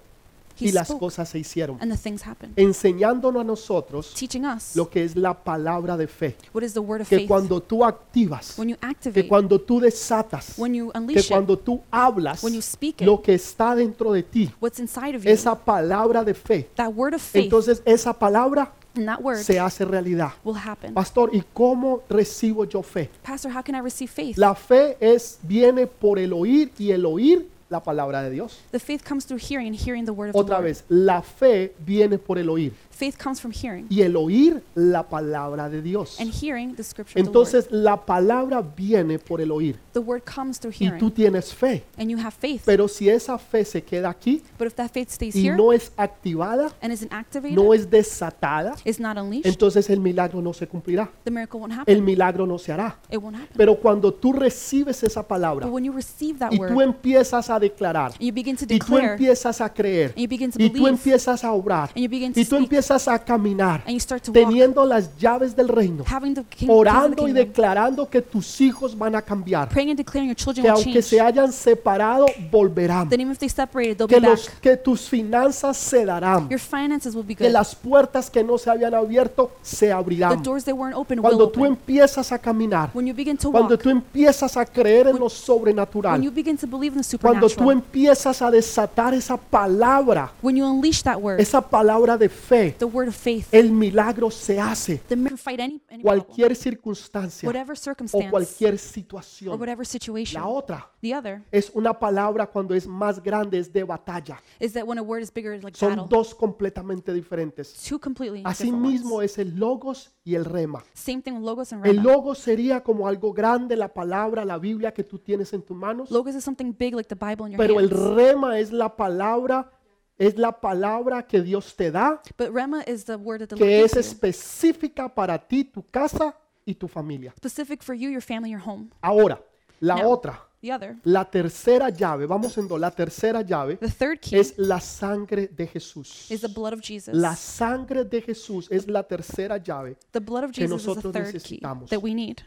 B: He
A: y las
B: spoke
A: cosas se hicieron,
B: and the things happened.
A: enseñándonos a nosotros
B: Teaching us
A: lo que es la palabra de fe,
B: what is the word of
A: que
B: faith.
A: cuando tú activas,
B: When you
A: que
B: activate,
A: cuando tú desatas,
B: when you
A: que
B: unleash it,
A: cuando tú hablas,
B: when you speak it,
A: lo que está dentro de ti,
B: what's inside of you,
A: esa palabra de fe,
B: that word of faith
A: entonces esa palabra
B: and that word
A: se hace realidad.
B: will happen.
A: Pastor, ¿y cómo recibo yo fe?
B: Pastor, how can I receive faith?
A: La fe es viene por el oír y el oír la palabra de Dios.
B: The faith comes through hearing and hearing the word of the
A: Otra
B: Lord.
A: vez, la fe viene por el oír.
B: Faith comes from hearing,
A: y el oír la palabra de Dios.
B: and hearing the scripture. of the Lord.
A: Entonces la palabra viene por el oír
B: the word comes through
A: y tú
B: hearing,
A: tienes fe,
B: and you have faith.
A: pero si esa fe se queda aquí
B: But if that faith stays
A: y
B: here
A: no es activada,
B: and isn't activated,
A: no es desatada,
B: is not unleashed,
A: entonces el milagro no se cumplirá,
B: the miracle won't happen.
A: el milagro no se hará.
B: It won't happen.
A: Pero cuando tú recibes esa
B: But
A: palabra
B: when you receive that
A: y
B: word,
A: tú empiezas a declarar,
B: and you begin to
A: y tú
B: declare,
A: empiezas a creer,
B: and you begin to
A: y tú
B: believe,
A: empiezas a orar,
B: and you begin to
A: y tú
B: speak,
A: empiezas a caminar,
B: and you start to walk,
A: teniendo las llaves del reino,
B: having the, king, keys of the
A: orando y
B: kingdom,
A: declarando que tus hijos van a cambiar,
B: praying and declaring your children
A: que
B: will
A: aunque
B: change.
A: se hayan separado, volverán,
B: Then even if they separated, they'll
A: que,
B: be back.
A: los, que tus finanzas se darán,
B: Your finances will be
A: que
B: good.
A: las puertas que no se habían abierto se
B: The
A: abrirán.
B: doors that weren't open will
A: Cuando tú
B: open.
A: empiezas a caminar,
B: When you begin to
A: cuando
B: walk,
A: tú empiezas a creer en lo
B: when
A: sobrenatural,
B: you begin to believe in the
A: cuando tú
B: supernatural,
A: empiezas a desatar esa palabra,
B: when you unleash that word,
A: esa palabra de fe,
B: the word of faith,
A: el milagro se hace.
B: the miracle fight any, any problem,
A: Cualquier circunstancia
B: whatever
A: o
B: circumstance
A: cualquier
B: or
A: situación.
B: whatever situation.
A: La otra
B: The other
A: es una palabra cuando es más grande, es de batalla.
B: is that when a word is bigger, it's like
A: Son
B: battle,
A: dos completamente diferentes.
B: two completely different ones.
A: Asimismo es el logos y el rema.
B: Same thing with logos and
A: El
B: rhema.
A: logos sería como algo grande, la palabra, la Biblia que tú tienes en tus manos.
B: Logos is something big like the Bible in your
A: Pero el
B: hands.
A: rema es la palabra, es la palabra que Dios te da,
B: But rhema is the word that the Lord
A: que es
B: gives you,
A: específica para ti, tu casa y tu familia.
B: specific for you, your family, your home.
A: Ahora, la
B: Now.
A: otra,
B: The other,
A: la tercera llave, vamos en do- la tercera llave
B: the third key,
A: es la sangre de Jesús.
B: is the blood of Jesus.
A: La sangre de Jesús es la tercera llave.
B: The blood of
A: que
B: Jesus is the
A: nosotros
B: third key
A: necesitamos.
B: that we need.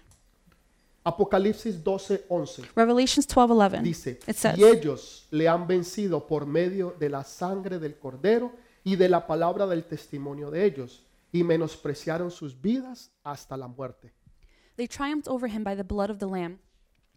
A: Apocalipsis 12, 11
B: Revelations 12:11.
A: dice,
B: it says,
A: y ellos le han vencido por medio de la sangre del cordero y de la palabra del testimonio de ellos, y menospreciaron sus vidas hasta la muerte.
B: They triumphed over him by the blood of the Lamb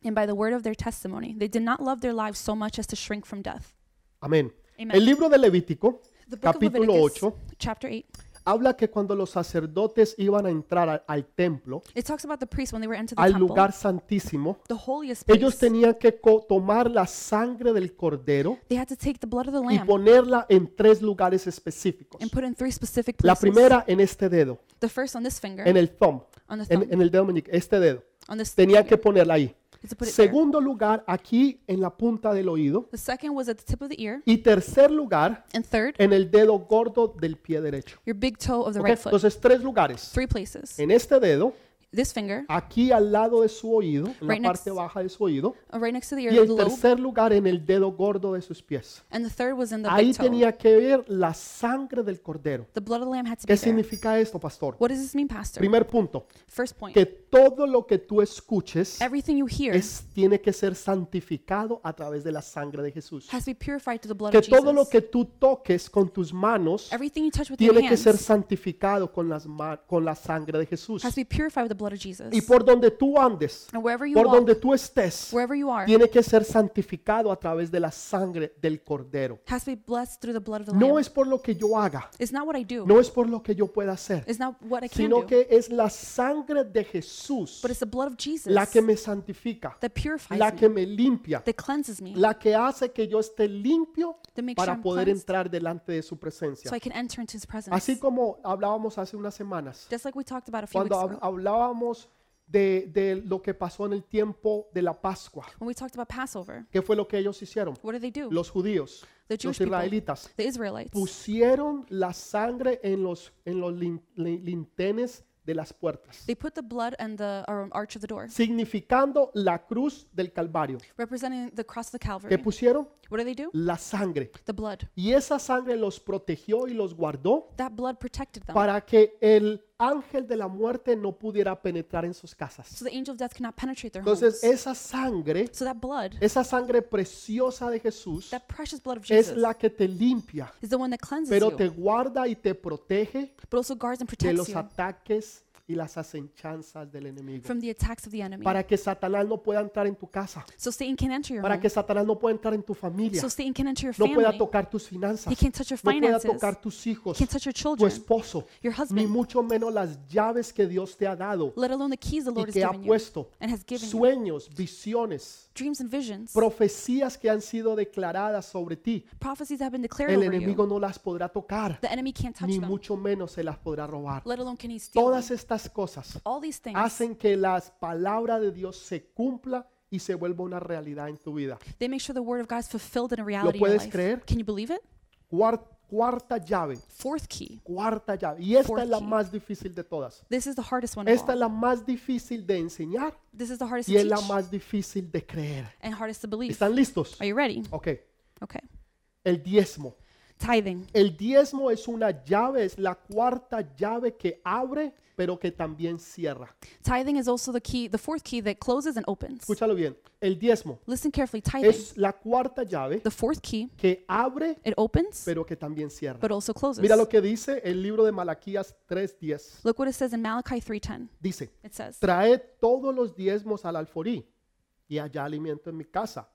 B: and by the word of their testimony. They did not love their lives so much as to shrink from death.
A: Amén.
B: Amen.
A: El libro de Levítico,
B: The book
A: capítulo
B: of Leviticus,
A: 8,
B: chapter 8,
A: habla que cuando los sacerdotes iban a entrar al, al templo,
B: it talks about the priests when they were entered the
A: al
B: temple,
A: lugar santísimo,
B: the holiest place.
A: ellos tenían que co- tomar la sangre del cordero
B: they had to take the blood of the
A: y
B: Lamb
A: ponerla en tres lugares específicos.
B: and put in three specific
A: La
B: places.
A: primera en este dedo,
B: the first on this finger,
A: en el thumb,
B: on the thumb,
A: en, en el dedo meñique, este dedo.
B: on this
A: Tenían que
B: finger,
A: ponerla ahí.
B: to put it there.
A: Segundo lugar, aquí en la punta del oído.
B: The second was at the tip of the ear,
A: Y tercer lugar,
B: and third,
A: en el dedo gordo del pie derecho.
B: your big toe of the
A: ¿Ok?
B: right foot.
A: Entonces, tres lugares.
B: Three places.
A: En este dedo,
B: This finger,
A: aquí al lado de su oído, en la
B: Right
A: parte
B: next-
A: baja de su oído.
B: uh, right next to the ear,
A: Y
B: the
A: el
B: lobe,
A: tercer lugar, en el dedo gordo de sus pies.
B: and the third was in the
A: Ahí
B: big toe.
A: tenía que ver la sangre del cordero.
B: The blood of the lamb had to be
A: ¿Qué
B: there.
A: significa esto, pastor?
B: What does this mean, Pastor?
A: Primer punto,
B: First point.
A: que todo lo que tú escuches
B: Everything you hear
A: es, tiene que ser santificado a través de la sangre de Jesús.
B: has to be purified through the blood
A: Que
B: of Jesus.
A: todo lo que tú toques con tus manos
B: Everything you touch with your
A: tiene que
B: hands
A: ser santificado con, las ma- con la sangre de Jesús.
B: has to be purified with the blood of Jesus.
A: Y por donde tú andes,
B: and wherever you
A: por
B: walk,
A: donde tú estés,
B: wherever you are,
A: tiene que ser santificado a través de la sangre del cordero.
B: has to be blessed through the blood of the
A: No
B: lamb.
A: es por lo que yo haga,
B: it's not what I do.
A: no es por lo que yo pueda hacer,
B: it's not what I can
A: sino
B: do.
A: que es la sangre de Jesús
B: but it's the blood of Jesus
A: la que me santifica,
B: that purifies
A: la
B: me,
A: que me limpia,
B: that cleanses me,
A: la que hace que yo esté limpio
B: That makes sure
A: para
B: I'm
A: poder
B: cleansed.
A: entrar delante de su
B: so
A: presencia.
B: I can enter into His presence.
A: Así como hablábamos hace unas semanas,
B: Just like we talked about a few weeks
A: cuando hab-
B: ago,
A: hablábamos de, de lo que pasó en el tiempo de la Pascua,
B: when we talked about Passover,
A: ¿qué fue lo que ellos hicieron?
B: what do they do?
A: Los judíos,
B: the
A: los
B: Jewish people,
A: israelitas,
B: the Israelites,
A: pusieron la sangre en los, en los lin- lin- lintenes de las puertas,
B: they put the blood and the or arch of the door,
A: significando la cruz del Calvario.
B: representing the cross of the Calvary.
A: ¿Qué pusieron?
B: What do they do?
A: La sangre.
B: The blood.
A: Y esa sangre los protegió y los guardó
B: That blood protected them.
A: para que el ángel de la muerte no pudiera penetrar en sus casas.
B: So the angel of death could not penetrate their
A: Entonces
B: homes.
A: esa sangre,
B: So that blood,
A: esa sangre preciosa de Jesús
B: that precious blood of
A: es
B: Jesus,
A: la que te limpia,
B: is the one that cleanses
A: pero
B: you,
A: te guarda y te protege
B: but also guards and
A: de
B: protects
A: los
B: you
A: ataques y las asechanzas del enemigo.
B: from the attacks of the enemy.
A: Para que Satanás no pueda entrar en tu casa.
B: So Satan can enter your
A: Para
B: home.
A: que Satanás no pueda entrar en tu familia.
B: So Satan can enter your
A: No pueda
B: family.
A: tocar tus finanzas.
B: He can't touch your
A: No pueda
B: finances.
A: tocar tus hijos.
B: Can't touch your
A: Tu
B: children,
A: esposo.
B: your
A: Ni
B: husband,
A: mucho menos las llaves que Dios te ha dado
B: let alone the keys the
A: y
B: Lord has
A: que ha
B: given you
A: puesto.
B: and has given you.
A: Sueños, visiones,
B: Dreams and visions,
A: profecías que han sido declaradas sobre ti.
B: prophecies that have been declared
A: El
B: over you.
A: enemigo no las podrá tocar.
B: The enemy can't touch
A: Ni
B: them,
A: mucho menos se las podrá robar.
B: let alone can he steal them.
A: Todas estas cosas
B: All these things,
A: hacen que la palabra de Dios se cumpla y se vuelva una realidad en tu vida.
B: they make sure the word of God is fulfilled in a reality in your
A: puedes
B: life.
A: creer?
B: Can you believe it?
A: Cuar- cuarta llave,
B: Fourth key.
A: cuarta llave. Y esta
B: Fourth
A: es la
B: key.
A: más difícil de todas.
B: This is the hardest one of
A: Esta
B: all.
A: es la más difícil de enseñar
B: This is the hardest
A: y
B: to
A: es la
B: teach
A: más difícil de creer.
B: and hardest to believe.
A: ¿Están listos?
B: Are you ready?
A: Ok.
B: Okay.
A: El diezmo.
B: Tithing.
A: El diezmo es una llave, es la cuarta llave que abre, pero que también cierra.
B: Tithing is also the key, the fourth key that closes and opens.
A: Escúchalo bien. El diezmo
B: Listen carefully. Tithing,
A: es la cuarta llave
B: the fourth key,
A: que abre,
B: it opens
A: pero que también cierra.
B: but also closes.
A: Mira lo que dice el libro de Malaquías 3:10.
B: Look what it says in Malachi 3:10.
A: Dice,
B: It says,
A: traed todos los diezmos al alforí y allá alimento en mi casa.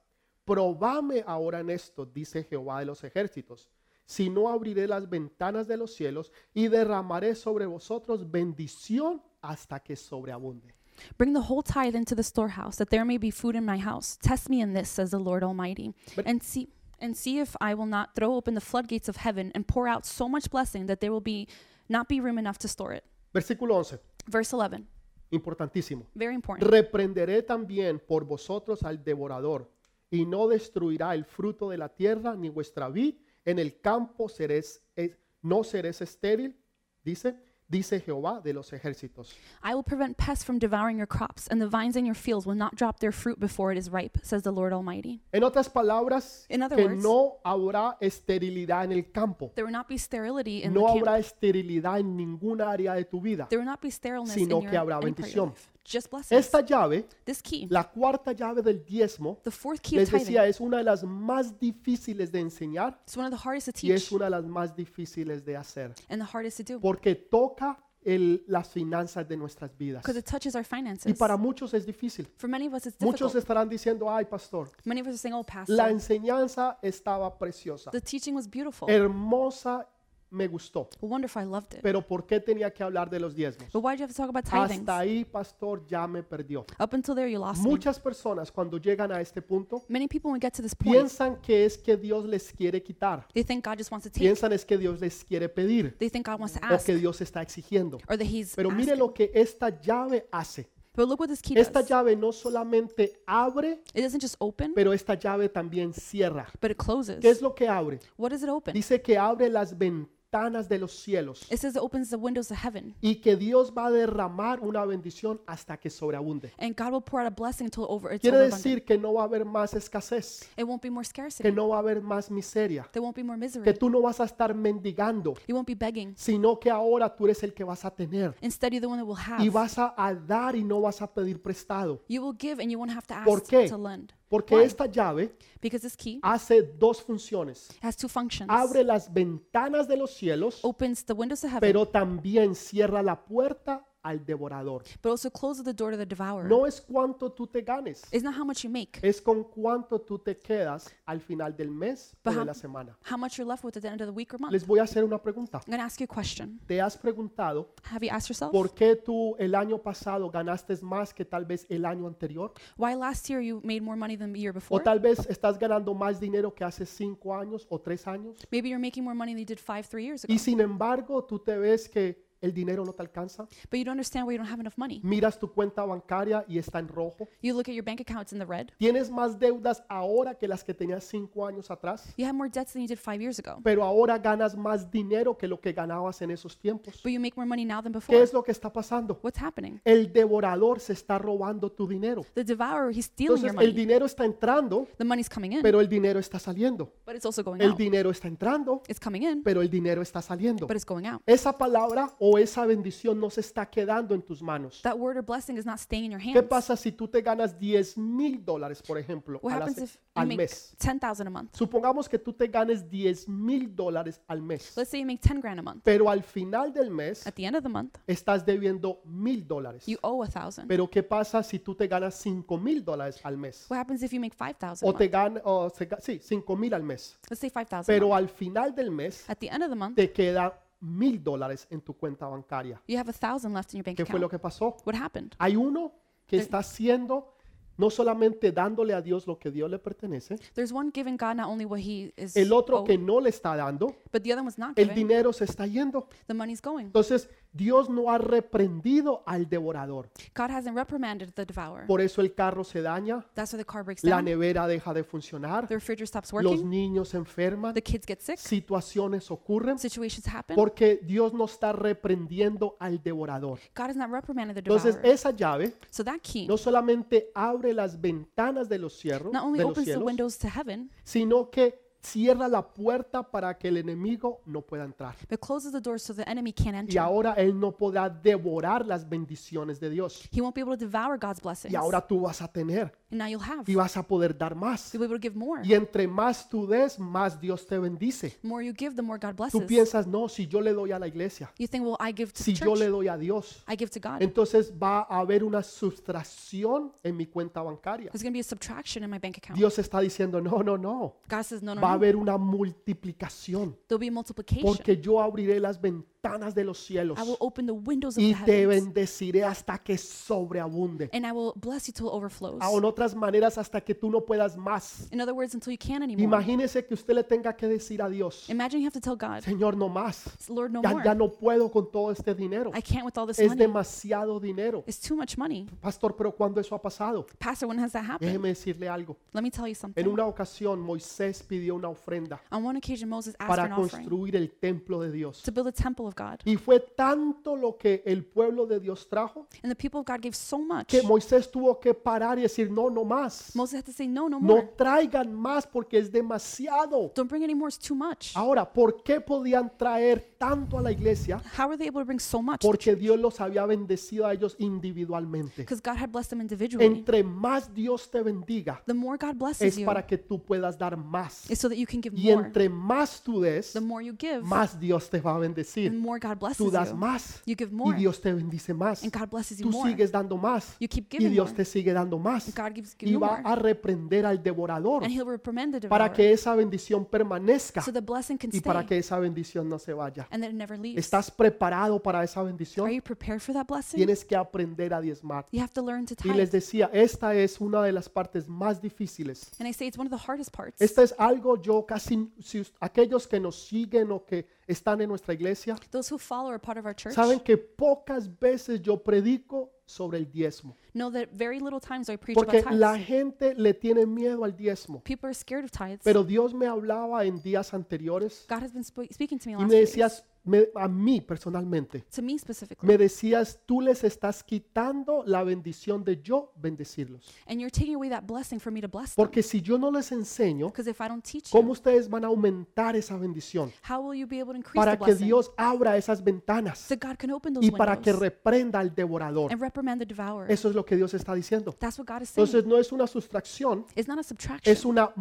A: Probame ahora en esto, dice Jehová de los ejércitos. Si no abriré las ventanas de los cielos y derramaré sobre vosotros bendición hasta que sobreabunde.
B: Bring the whole tithe into the storehouse, that there may be food in my house. Test me in this, says the Lord Almighty,
A: But-
B: and see and see if I will not throw open the floodgates of heaven and pour out so much blessing that there will be not be room enough to store it.
A: Versículo 11,
B: Verse 11,
A: importantísimo.
B: very important.
A: Reprenderé también por vosotros al devorador, y no destruirá el fruto de la tierra, ni vuestra vid, en el campo seréis, eh, no seréis estéril, dice, dice Jehová de los ejércitos.
B: I will prevent pests from devouring your crops, and the vines in your fields will not drop their fruit before it is ripe, says the Lord Almighty.
A: En otras palabras,
B: In other
A: que
B: words-
A: no habrá esterilidad en el campo,
B: There will not be sterility in
A: no
B: the camp.
A: habrá esterilidad en ninguna área de tu vida.
B: There will not be sterileness
A: sino
B: in your
A: que habrá
B: in prayer
A: bendición.
B: life. Just blessings.
A: Esta llave,
B: this key,
A: la cuarta llave del diezmo,
B: the fourth key of
A: les
B: tithing,
A: decía, es una de las más difíciles de enseñar
B: it's one of the hardest to
A: y es
B: teach
A: una de las más difíciles de hacer.
B: and the hardest to do
A: porque toca el- las finanzas de nuestras vidas.
B: because it touches our
A: Y
B: finances.
A: para muchos es difícil.
B: For many of us, it's
A: Muchos
B: difficult.
A: estarán diciendo, ay pastor,
B: Many of us are saying, "Oh, pastor,
A: la enseñanza estaba preciosa,
B: the teaching was beautiful,
A: hermosa, me gustó,
B: wonderful. I loved it.
A: Eh, pero ¿por qué tenía que hablar de los diezmos?
B: But why do you have to talk about tithings?
A: Hasta ahí, pastor, ya me perdió.
B: Up until there, you lost me.
A: Muchas personas cuando llegan a este punto
B: Many people, when we get to this point,
A: piensan que es que Dios les quiere quitar,
B: they think God just wants to take.
A: piensan es que Dios les quiere pedir
B: They think God wants to
A: o
B: ask,
A: que Dios está exigiendo.
B: or that He's.
A: Pero mire
B: asking.
A: lo que esta llave hace.
B: But look what this key
A: Esta
B: does.
A: llave no solamente abre,
B: It doesn't just open,
A: pero esta llave también cierra.
B: but
A: ¿Qué es
B: it closes.
A: lo que abre?
B: What does it open?
A: Dice que abre las ventanas de los cielos
B: It says it opens the windows of heaven,
A: y que Dios va a derramar una bendición hasta que sobreabunde.
B: and God will pour out a blessing until over. It's
A: Quiere
B: overabundant.
A: decir que no va a haber más escasez,
B: It won't be more
A: que
B: scarcity.
A: no va a haber más miseria,
B: There won't be more
A: que
B: misery.
A: tú no vas a estar mendigando,
B: You won't be begging.
A: sino que ahora tú eres el que vas a tener
B: Instead, you're the one that will
A: y
B: have.
A: vas a, a dar y no vas a pedir prestado.
B: You will give, and you won't have to
A: ¿Por
B: ask
A: qué?
B: to lend.
A: Porque
B: Why?
A: esta llave
B: Because this key
A: hace dos funciones.
B: has two functions.
A: Abre las ventanas de los cielos
B: Opens the windows of heaven,
A: pero también cierra la puerta al devorador.
B: but also closes the door to the devourer.
A: No Eh, es cuánto tú te ganes,
B: It's not how much you make,
A: es con cuánto tú te quedas al final del mes o
B: but
A: de
B: how,
A: la semana.
B: how much you're left with at the end of the week or month.
A: Les voy a hacer una pregunta.
B: I'm going to ask you a question.
A: ¿Te has preguntado
B: Have you asked yourself
A: por qué tú el año pasado ganaste más que tal vez el año anterior?
B: why last year you made more money than the year
A: ¿O
B: before?
A: tal vez estás ganando más dinero que hace cinco años o tres años?
B: Maybe you're making more money than you did five, three years ago,
A: Y sin embargo, tú te ves que el dinero no te alcanza.
B: but you don't understand why you don't have enough money.
A: Miras tu cuenta bancaria y está en rojo.
B: You look at your bank account, it's in the red.
A: Tienes más deudas ahora que las que tenías cinco años atrás.
B: You have more debts than you did five years ago,
A: pero ahora ganas más dinero que lo que ganabas en esos tiempos.
B: but you make more money now than
A: ¿Qué
B: before.
A: es lo que está pasando?
B: What's happening?
A: El devorador se está robando tu dinero.
B: The devourer, he's stealing
A: Entonces
B: your
A: el
B: money.
A: dinero está entrando,
B: The money's coming in,
A: pero el dinero está saliendo.
B: but it's also going
A: El
B: out.
A: dinero está entrando,
B: It's coming in,
A: pero el dinero está saliendo.
B: but it's going out.
A: Esa palabra o o esa bendición no se está quedando en tus manos.
B: That word or blessing is not staying in your hands.
A: ¿Qué pasa si tú te ganas 10 mil dólares, por ejemplo,
B: What
A: a la
B: happens
A: se-
B: if you
A: al
B: make
A: mes?
B: 10,000 a month?
A: Supongamos que tú te ganes 10 mil dólares al mes,
B: Let's say you make 10 grand a month.
A: pero al final del mes
B: At the end of the month,
A: estás debiendo mil dólares.
B: you owe a 1,000.
A: Pero ¿qué pasa si tú te ganas 5 mil dólares al mes?
B: What happens if you make 5,000 a
A: O te
B: month?
A: ganas, sí, 5 mil al mes.
B: Let's say 5,000 a month.
A: Pero al final del mes
B: Pues, At the end of the month,
A: te queda mil dólares en tu cuenta bancaria.
B: you have a 1,000 left in your bank
A: ¿Qué fue lo
B: account.
A: que pasó?
B: What happened?
A: Hay uno que está haciendo, no solamente dándole a Dios lo que Dios le pertenece,
B: There's one giving God not only what he is
A: el otro
B: owed,
A: que no le está dando,
B: but the other one's not
A: el
B: giving.
A: dinero se está yendo.
B: The money's going.
A: Entonces, Dios no ha reprendido al devorador.
B: God hasn't reprimanded the devourer.
A: Por eso el carro se daña,
B: That's why the car breaks
A: la
B: down.
A: nevera deja de funcionar,
B: The refrigerator stops
A: los
B: working.
A: niños se enferman,
B: The kids get sick.
A: situaciones ocurren,
B: Situations happen.
A: porque Dios no está reprendiendo al devorador.
B: God has not reprimanded the
A: Entonces,
B: devourer.
A: esa llave
B: So that key
A: no solamente abre las ventanas de los cierros,
B: not only
A: de los
B: opens the
A: cielos,
B: windows to heaven,
A: sino que cierra la puerta para que el enemigo no pueda entrar.
B: but closes the door so the enemy can't
A: Y
B: enter.
A: ahora él no podrá devorar las bendiciones de Dios.
B: He won't be able to devour God's blessings.
A: Y ahora tú vas a tener
B: And now you'll have.
A: y
B: You'll
A: vas a poder dar más.
B: be able to give more.
A: Y entre más tú des, más Dios te bendice.
B: The more you give, the more God
A: Tú
B: blesses.
A: piensas, no, si yo le doy a la iglesia,
B: You think, well, I give to
A: si
B: the
A: yo le
B: church.
A: doy a Dios,
B: I give to God.
A: entonces va a haber una sustracción en mi cuenta bancaria.
B: There's going to be a subtraction in my bank account.
A: Dios está diciendo, no, no, no,
B: God says, no, no,
A: va a
B: no.
A: haber una multiplicación.
B: There'll be multiplication.
A: porque yo abriré las ventanas de los cielos
B: I will open the windows of the
A: y te
B: heavens.
A: bendeciré hasta que sobreabunde.
B: And I will bless you till it overflows.
A: Ah, O en otras maneras hasta que tú no puedas más.
B: In other words, until you can't anymore.
A: Imagínese que usted le tenga que decir a Dios,
B: Imagine you have to tell God,
A: Señor, no más.
B: Lord, Em- no
A: Ya, ya
B: more.
A: no puedo con todo este dinero.
B: I can't with all this
A: Es
B: money.
A: demasiado dinero.
B: It's too much money.
A: Pastor, pero ¿cuándo eso ha pasado?
B: Pastor, when has that happened?
A: Déjeme decirle algo.
B: Let me tell you
A: En
B: something.
A: una ocasión Moisés pidió una ofrenda
B: On one occasion, Moses asked for
A: para
B: an offering
A: construir el templo de Dios.
B: to build a temple of God.
A: Y fue tanto lo que el pueblo de Dios trajo
B: And the people of God gave so much.
A: que Moisés tuvo que parar y decir, no, no más.
B: Moses had to say, no, no
A: No
B: more.
A: traigan más porque es demasiado.
B: Don't bring any more. It's too much.
A: Ahora, ¿por qué podían traer tanto a la iglesia?
B: How were they able to bring so much?
A: Porque Dios los había bendecido a ellos individualmente.
B: Because God had blessed them individually.
A: Entre más Dios te bendiga,
B: The more God blesses
A: es
B: you,
A: para que tú puedas dar más.
B: is so that you can give
A: Y
B: more.
A: entre más tú des,
B: The more you give,
A: más Dios te va a
B: the
A: bendecir.
B: more God
A: Tú
B: blesses
A: das
B: you.
A: más
B: You give
A: y
B: more,
A: Dios te bendice más.
B: and God blesses you
A: Tú
B: more.
A: sigues dando más
B: You keep
A: y
B: giving
A: Dios
B: more.
A: te sigue dando más.
B: God gives
A: Y
B: you
A: va
B: more.
A: a reprender al devorador.
B: And he'll reprimand the
A: para
B: devourer.
A: que esa bendición permanezca
B: So the blessing can
A: y para
B: stay
A: que esa bendición no se vaya.
B: and that it never leaves.
A: ¿Estás preparado para esa
B: Are
A: bendición?
B: you prepared for that blessing?
A: Tienes que aprender a diezmar.
B: You have to learn to
A: Y les
B: tithe.
A: decía, esta es una de las partes más difíciles.
B: And I say it's one of the hardest parts.
A: Esta es algo yo casi, si us- aquellos que nos siguen o que están en nuestra iglesia,
B: Those who follow are part of our church
A: saben que pocas veces yo predico sobre el diezmo.
B: know that very little times I preach about
A: Porque la
B: tithes.
A: gente le tiene miedo al diezmo.
B: People are scared of tithes.
A: Pero Dios me hablaba en días anteriores
B: God has been sp- speaking to me
A: y
B: last
A: me
B: week.
A: decías, me- a mí personalmente,
B: To me specifically.
A: me decías, tú les estás quitando la bendición de yo bendecirlos.
B: And you're taking away that blessing for me to bless them.
A: Porque si yo no les enseño,
B: Because if I don't teach
A: ¿cómo
B: you,
A: ustedes van a aumentar esa bendición?
B: how will you be able to increase the
A: Para que
B: blessing?
A: Dios abra esas ventanas
B: So God can open those
A: y para que
B: windows
A: reprenda al devorador.
B: and reprimand the devourer.
A: Eso es lo que Dios está diciendo.
B: That's what God is saying.
A: Entonces no es una sustracción,
B: It's not a
A: es
B: subtraction.
A: una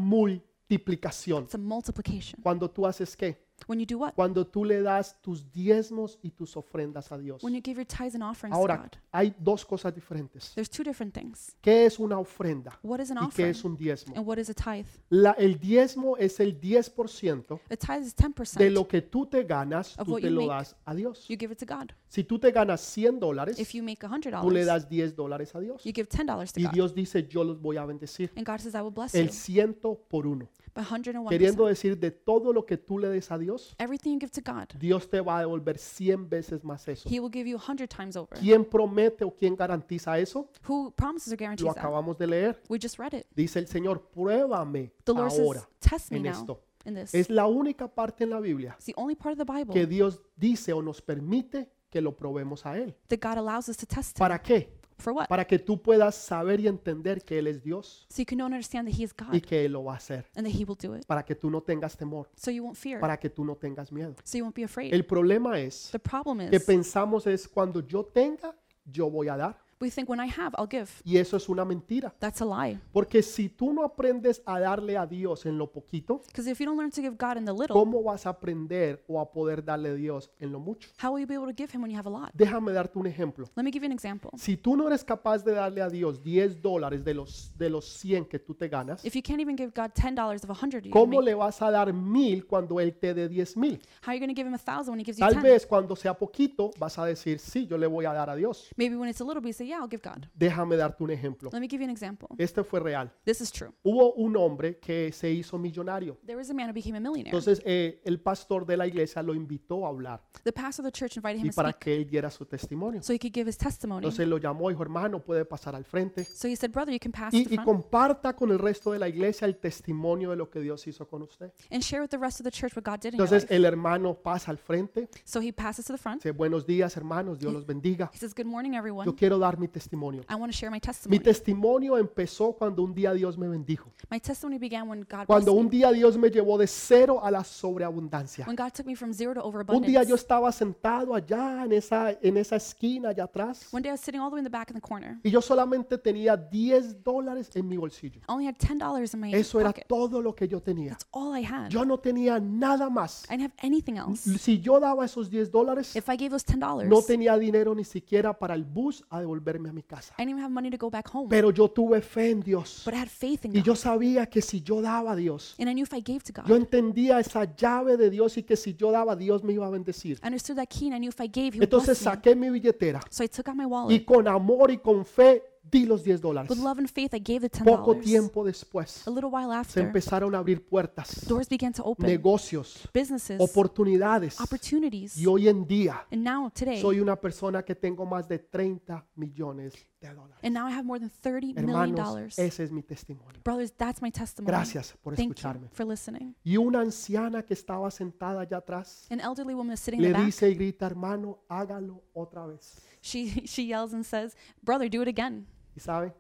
A: multiplicación.
B: It's a multiplication.
A: Cuando tú haces qué?
B: When you do what?
A: Cuando tú le das tus diezmos y tus ofrendas a Dios.
B: When you give your tithes and offerings to
A: Ahora,
B: God.
A: hay dos cosas diferentes.
B: There's two different things.
A: ¿Qué es una ofrenda
B: What is an
A: y qué
B: offering?
A: es un diezmo?
B: And what is a tithe?
A: La- el diezmo es el 10%
B: A tithe is
A: de
B: 10%.
A: lo que tú te ganas,
B: Of
A: tú
B: what
A: te
B: you
A: lo
B: make.
A: das a Dios.
B: You give it to God.
A: Si tú te ganas 100 dólares,
B: If you make
A: tú le
B: $100,
A: das 10 dólares a Dios.
B: you give $10 to
A: Y
B: God.
A: Dios dice, yo los voy a bendecir.
B: And God says, I will bless you.
A: El ciento por uno.
B: But 101%.
A: Queriendo decir, de todo lo que tú le des a Dios,
B: Everything you give to God,
A: Dios te va a devolver 100 veces más eso.
B: He will give you 100 times over.
A: ¿Quién promete o quién garantiza eso?
B: Who promises or
A: Lo
B: guarantees that?
A: acabamos de leer.
B: We just read it.
A: Dice el Señor, pruébame
B: The Lord says,
A: ahora
B: Test me
A: en
B: now
A: esto.
B: in this.
A: Es la única parte en la Biblia
B: It's the only part of the Bible
A: que Dios dice o nos permite que lo probemos a Él.
B: that God allows us to test Him.
A: ¿Para qué?
B: For what?
A: para que tú puedas saber y entender que Él es Dios
B: So you can know and understand that He is God
A: y que Él lo va a hacer,
B: and that He will do it.
A: para que tú no tengas temor,
B: So you won't fear.
A: para que tú no tengas miedo.
B: So you won't be afraid.
A: El problema es
B: The problem
A: que
B: is
A: pensamos es cuando yo tenga, yo voy a dar.
B: we think when I have, I'll give.
A: Y eso es una mentira.
B: That's a lie.
A: Porque si tú no aprendes a darle a Dios en lo poquito,
B: Because if you don't learn to give God in the little,
A: ¿cómo vas a aprender o a poder darle a Dios en lo mucho?
B: how will you be able to give Him when you have a lot?
A: Déjame darte un ejemplo.
B: Let me give you an example.
A: Si tú no eres capaz de darle a Dios 10 dólares de los, de los 100 que tú te ganas,
B: If you can't even give God ten dollars of a hundred, you can
A: ¿cómo
B: make,
A: le vas a dar mil cuando Él te dé 10 mil?
B: how are you going to give Him a thousand when He gives you
A: Tal
B: ten?
A: vez cuando sea poquito vas a decir, sí, yo le voy a dar a Dios.
B: Maybe when it's a little bit, you say, "Yeah, I'll give God."
A: Déjame darte un ejemplo.
B: Let me give you an example.
A: Este fue real.
B: This is true.
A: Hubo un hombre que se hizo millonario.
B: There was a man who became a millionaire.
A: Entonces eh, el pastor de la iglesia lo invitó a hablar
B: The pastor of the church invited him
A: y
B: to
A: para
B: speak
A: que él diera su testimonio.
B: so he could give his testimony.
A: Entonces lo llamó, dijo, hermano, puede pasar al frente.
B: So he said, "Brother, you can pass to
A: Y,
B: the
A: y
B: front
A: comparta con el resto de la iglesia el testimonio de lo que Dios hizo con usted.
B: and share with the rest of the church what God did in your
A: Entonces
B: life."
A: el hermano pasa al frente,
B: So he passes to the front.
A: dice, buenos días hermanos, Dios los bendiga.
B: He says, "Good morning,
A: Yo
B: everyone.
A: quiero dar mi testimonio.
B: I want to share my
A: Mi
B: testimony.
A: testimonio empezó cuando un día Dios me bendijo.
B: My testimony began when God blessed
A: Cuando
B: me.
A: un día Dios me llevó de cero a la sobreabundancia.
B: When God took me from zero to
A: Un día
B: overabundance.
A: yo estaba sentado allá en esa, en esa esquina allá atrás
B: One day I was sitting all the way in the back in the corner.
A: y yo solamente tenía 10 dólares en mi bolsillo.
B: I only had ten dollars in my
A: Eso era
B: pocket.
A: todo lo que yo tenía.
B: That's all I had.
A: Yo no tenía nada más.
B: I didn't have anything else.
A: Si yo daba esos 10 dólares,
B: If I gave those ten dollars,
A: no tenía dinero ni siquiera para el bus a devolverme a mi casa.
B: I didn't even have money to go back home.
A: Pero yo tuve fe en Dios.
B: But I had faith in
A: Y
B: God,
A: yo sabía que si yo daba a Dios,
B: and I knew if I gave to God,
A: yo entendía esa llave de Dios y que si yo daba a Dios me iba a bendecir.
B: I understood that key, and I knew if I gave, He would
A: Entonces
B: bless me.
A: saqué mi billetera
B: So I took out my
A: y
B: wallet.
A: con amor y con fe di los 10 dólares.
B: With love and faith, I gave the ten
A: Poco
B: dollars.
A: tiempo después
B: A little while
A: se
B: after,
A: empezaron a abrir puertas,
B: doors began to open,
A: negocios,
B: businesses,
A: oportunidades.
B: opportunities,
A: Y hoy en día
B: and now today,
A: soy una persona que tengo más de 30 millones de dólares.
B: and now I have more than thirty million
A: Hermanos,
B: dollars.
A: ese es mi testimonio.
B: Brothers, that's my testimony.
A: Gracias por
B: Thank you
A: escucharme.
B: for listening.
A: Y una anciana que estaba sentada allá atrás
B: An elderly woman is sitting in
A: le
B: the back.
A: dice y grita, hermano, hágalo otra vez.
B: She <laughs> she yells and says, "Brother, do it again."
A: ¿Y sabe?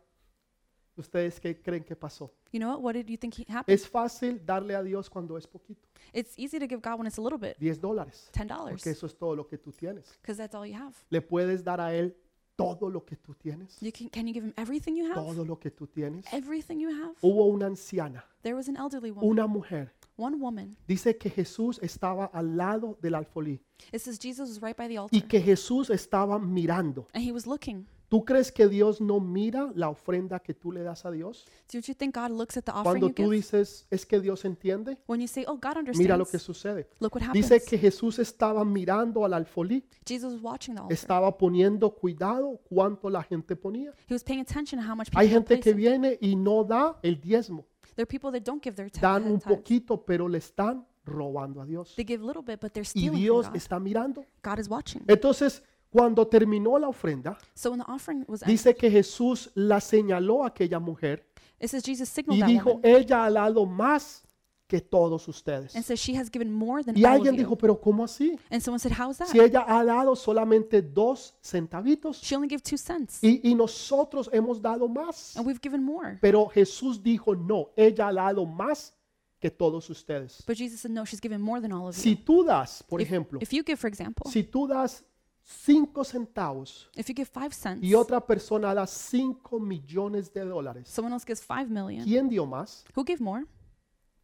A: ¿Ustedes qué creen que pasó?
B: You know what? What did you think he- happened?
A: Es fácil darle a Dios cuando es poquito,
B: It's easy to give God when it's a little bit,
A: 10 dólares,
B: ten
A: porque
B: dollars,
A: eso es todo lo que tú tienes.
B: because that's all you have.
A: Le puedes dar a Él todo lo que tú tienes,
B: You can can you give him everything you have?
A: todo lo que tú tienes.
B: Everything you have.
A: Hubo una anciana,
B: There was an elderly woman,
A: una mujer.
B: one woman.
A: Dice que Jesús estaba al lado del alfolí
B: It says Jesus was right by the
A: y
B: altar,
A: que Jesús estaba mirando.
B: and he was looking.
A: ¿Tú crees que Dios no mira la ofrenda que tú le das a Dios?
B: Don't you think God looks at the offering
A: Cuando
B: you
A: tú
B: give?
A: dices, es que Dios entiende,
B: When you say, "Oh, God
A: mira lo que
B: understands,"
A: sucede.
B: look what happens.
A: Dice que Jesús estaba mirando al alfolí,
B: Jesus was watching the altar.
A: estaba poniendo cuidado cuánto la gente ponía.
B: He was paying attention to how much people
A: Hay
B: were
A: gente que
B: placing.
A: viene y no da el diezmo,
B: There are people that don't give their ten-
A: dan un
B: tithes.
A: poquito, pero le están robando a Dios.
B: They give a little bit, but they're
A: Y
B: stealing
A: Dios eh,
B: from God.
A: está mirando.
B: God is watching.
A: Entonces, cuando terminó la ofrenda,
B: So when the offering was ended,
A: dice que Jesús la señaló a aquella mujer
B: it says Jesus signaled
A: y
B: that
A: dijo,
B: woman
A: ella ha dado más que todos ustedes.
B: and said, "She has given more than
A: "Eh, Y
B: all
A: alguien
B: of you."
A: dijo, pero ¿cómo así?
B: And someone said, "How's that?
A: Si ella ha dado solamente dos centavitos
B: She only gave two cents,
A: y, y nosotros hemos dado más.
B: and we've given more."
A: Pero Jesús dijo, no, ella ha dado más que todos ustedes.
B: But Jesus said, "No, she's given more than all of
A: Si
B: you."
A: tú das, por
B: If,
A: ejemplo,
B: if you give, for example,
A: si tú das cinco centavos
B: if you give five cents,
A: y otra persona da cinco millones de dólares,
B: someone else gives five million.
A: ¿quién dio más?
B: Who gave more?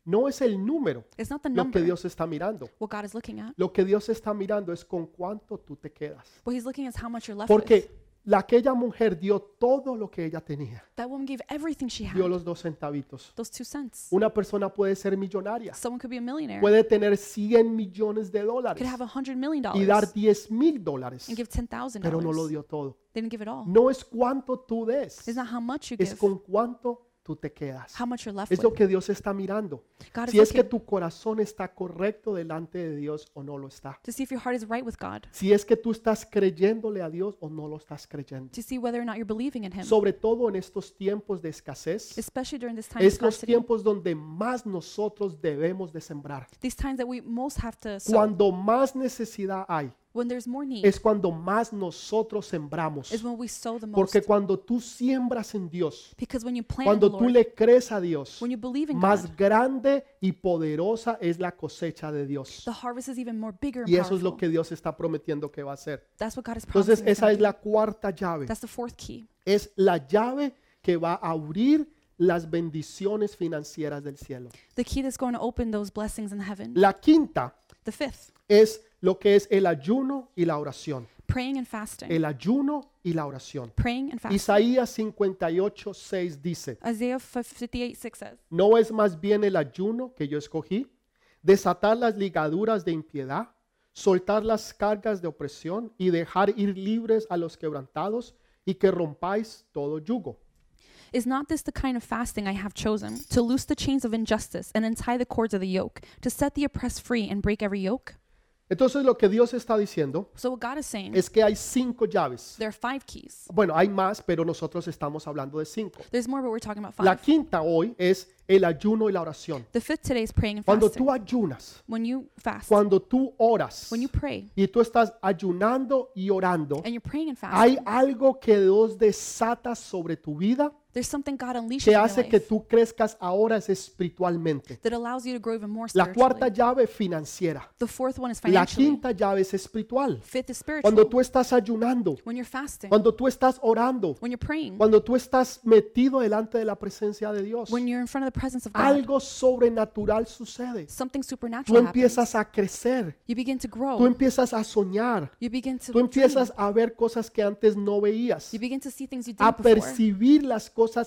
A: No es el número
B: It's not the
A: lo que
B: number.
A: Dios está mirando.
B: What God is looking at.
A: Lo que Dios está mirando es con cuánto tú te quedas.
B: What He's looking at is how much you're left with.
A: Porque la, aquella mujer dio todo lo que ella tenía.
B: That woman gave everything she
A: Dio
B: had.
A: los dos centavitos.
B: Those two cents.
A: Una persona puede ser millonaria.
B: Someone could be a millionaire.
A: Puede tener 100 millones de
B: Could
A: dólares
B: have a hundred million
A: y dar
B: dollars
A: 10 mil dólares.
B: and give ten thousand
A: Pero no lo
B: dollars.
A: dio todo.
B: They didn't give it all.
A: No es cuánto tú des,
B: It's not how much you
A: es
B: give.
A: con cuánto tú te quedas.
B: How much you're left
A: Es lo
B: with.
A: que Dios está mirando.
B: God is
A: Si es que
B: looking
A: tu corazón está correcto delante de Dios o no lo está.
B: to see if your heart is right with God,
A: Si es que tú estás creyéndole a Dios o no lo estás creyendo.
B: to see whether or not you're believing in Him,
A: Sobre todo en estos tiempos de escasez.
B: especially during this time of
A: es los
B: scarcity.
A: tiempos donde más nosotros debemos de sembrar.
B: These times that we most have to sow,
A: Cuando más necesidad hay,
B: when there's more need,
A: es cuando más nosotros sembramos.
B: is when we sow the most.
A: Porque cuando tú siembras en Dios,
B: Because when you plant in the
A: cuando tú
B: Lord,
A: le crees a Dios,
B: when you believe in God,
A: más grande y poderosa es la cosecha de Dios.
B: the harvest is even more bigger and
A: Y eso es lo
B: powerful.
A: que Dios está prometiendo que va a hacer.
B: That's what God is promising.
A: Entonces
B: is
A: esa
B: gonna
A: es
B: do.
A: la cuarta llave.
B: That's the fourth key.
A: Es la llave que va a abrir las bendiciones financieras del cielo.
B: The key that's going to open those blessings in heaven.
A: La quinta
B: The fifth,
A: es lo que es el ayuno y la oración.
B: praying and fasting.
A: El ayuno y la oración.
B: praying and fasting.
A: Isaías 58, 6 dice,
B: Isaiah 58, 6 says,
A: ¿no es más bien el ayuno que yo escogí? Desatar las ligaduras de impiedad, soltar las cargas de opresión y dejar ir libres a los quebrantados y que rompáis todo yugo.
B: Is not this the kind of fasting I have chosen? To loose the chains of injustice and untie the cords of the yoke, to set the oppressed free and break every yoke?
A: Entonces lo que Dios está diciendo
B: So, what God is saying,
A: es que hay cinco llaves.
B: there are five keys.
A: Bueno, hay más, pero nosotros estamos hablando de cinco.
B: There's more, but we're talking about
A: La
B: five.
A: quinta hoy es el ayuno y la oración.
B: The fifth today is praying and
A: Cuando
B: fasting.
A: tú ayunas,
B: When you fast,
A: cuando tú oras
B: when you pray,
A: y tú estás ayunando y orando,
B: and you're praying and fasting,
A: hay algo que Dios desata sobre tu vida
B: there's something God unleashes
A: que
B: in your
A: hace que
B: life
A: tú crezcas ahora es espiritualmente.
B: that allows you to grow even more
A: La cuarta
B: spiritually.
A: llave financiera.
B: The fourth one is
A: La
B: financially.
A: quinta llave es espiritual.
B: Fifth is
A: Cuando
B: spiritual.
A: tú estás ayunando,
B: When you're fasting,
A: cuando tú estás orando,
B: when you're praying,
A: cuando tú estás metido delante de la presencia de Dios,
B: when you're in front of the presence of God,
A: algo sobrenatural sucede.
B: something
A: Tú
B: supernatural happens.
A: empiezas a crecer,
B: You begin to
A: tú
B: grow.
A: empiezas a soñar,
B: You begin
A: tú
B: to dream.
A: empiezas a ver cosas que antes no veías,
B: You begin to see things you
A: a
B: didn't before.
A: percibir las cosas
B: To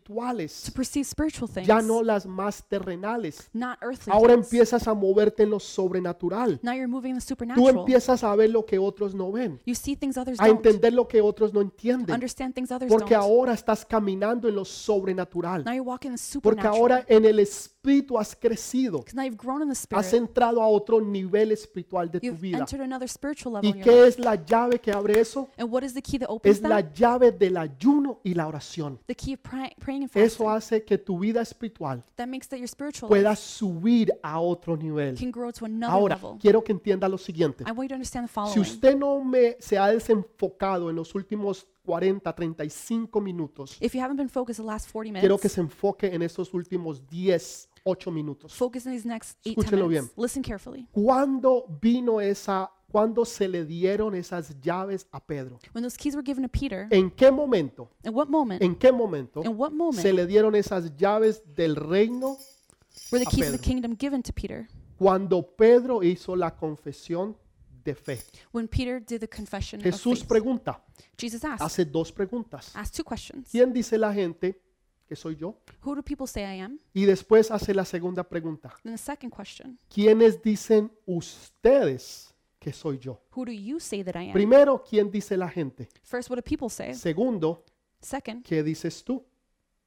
A: espirituales,
B: perceive spiritual things,
A: ya no las más terrenales.
B: not earthly
A: Ahora
B: things.
A: empiezas a moverte en lo sobrenatural.
B: Now you're moving in the
A: Tú
B: supernatural.
A: empiezas a ver lo que otros no ven,
B: You see things others
A: a
B: don't.
A: entender lo que otros no entienden,
B: Understand things others
A: porque
B: don't.
A: ahora estás caminando en lo sobrenatural.
B: Now you're walking in the
A: Porque
B: supernatural.
A: ahora en el espíritu has crecido,
B: 'Cause now you've grown in the
A: has
B: spirit.
A: entrado a otro nivel espiritual de tu
B: You've
A: vida.
B: entered another spiritual level
A: ¿Y
B: in your
A: qué
B: life.
A: es la llave que abre eso?
B: And what is the key that opens
A: Es la
B: that?
A: llave del ayuno y la oración.
B: The key of pray- praying and
A: Eso
B: fasting.
A: hace que tu vida espiritual
B: That makes that your spiritual
A: pueda
B: life
A: subir a otro nivel.
B: can grow to another
A: Ahora,
B: level.
A: quiero que entienda lo siguiente.
B: I want you to understand the
A: Si
B: following.
A: usted no me se ha desenfocado en los últimos 40, 35 minutos,
B: If you haven't been focused the last 40
A: quiero que
B: minutes,
A: se enfoque en estos últimos 10, 8 minutos.
B: focus in these next 8
A: Escúchelo
B: 10 minutes.
A: bien.
B: Listen carefully.
A: ¿Cuándo vino esa, cuándo se le dieron esas llaves a Pedro?
B: When those keys were given to Peter,
A: ¿En qué momento?
B: in what moment?
A: ¿En qué momento
B: In what
A: se
B: moment
A: le dieron esas llaves del reino
B: were the
A: a
B: keys of the
A: Pedro.
B: kingdom given to Peter?
A: cuando Pedro hizo la confesión de fe?
B: When Peter did the confession of
A: Jesús
B: faith.
A: pregunta,
B: Jesus asked,
A: hace dos preguntas.
B: asked two questions.
A: ¿Quién dice la gente que soy yo?
B: Who do people say I am?
A: Y después hace la segunda pregunta.
B: Then the second question,
A: ¿Quiénes dicen ustedes que soy yo?
B: who do you say that I am?
A: Primero, ¿quién dice la gente?
B: First, what do people
A: Eh.
B: say?
A: Segundo,
B: Second,
A: ¿qué dices tú?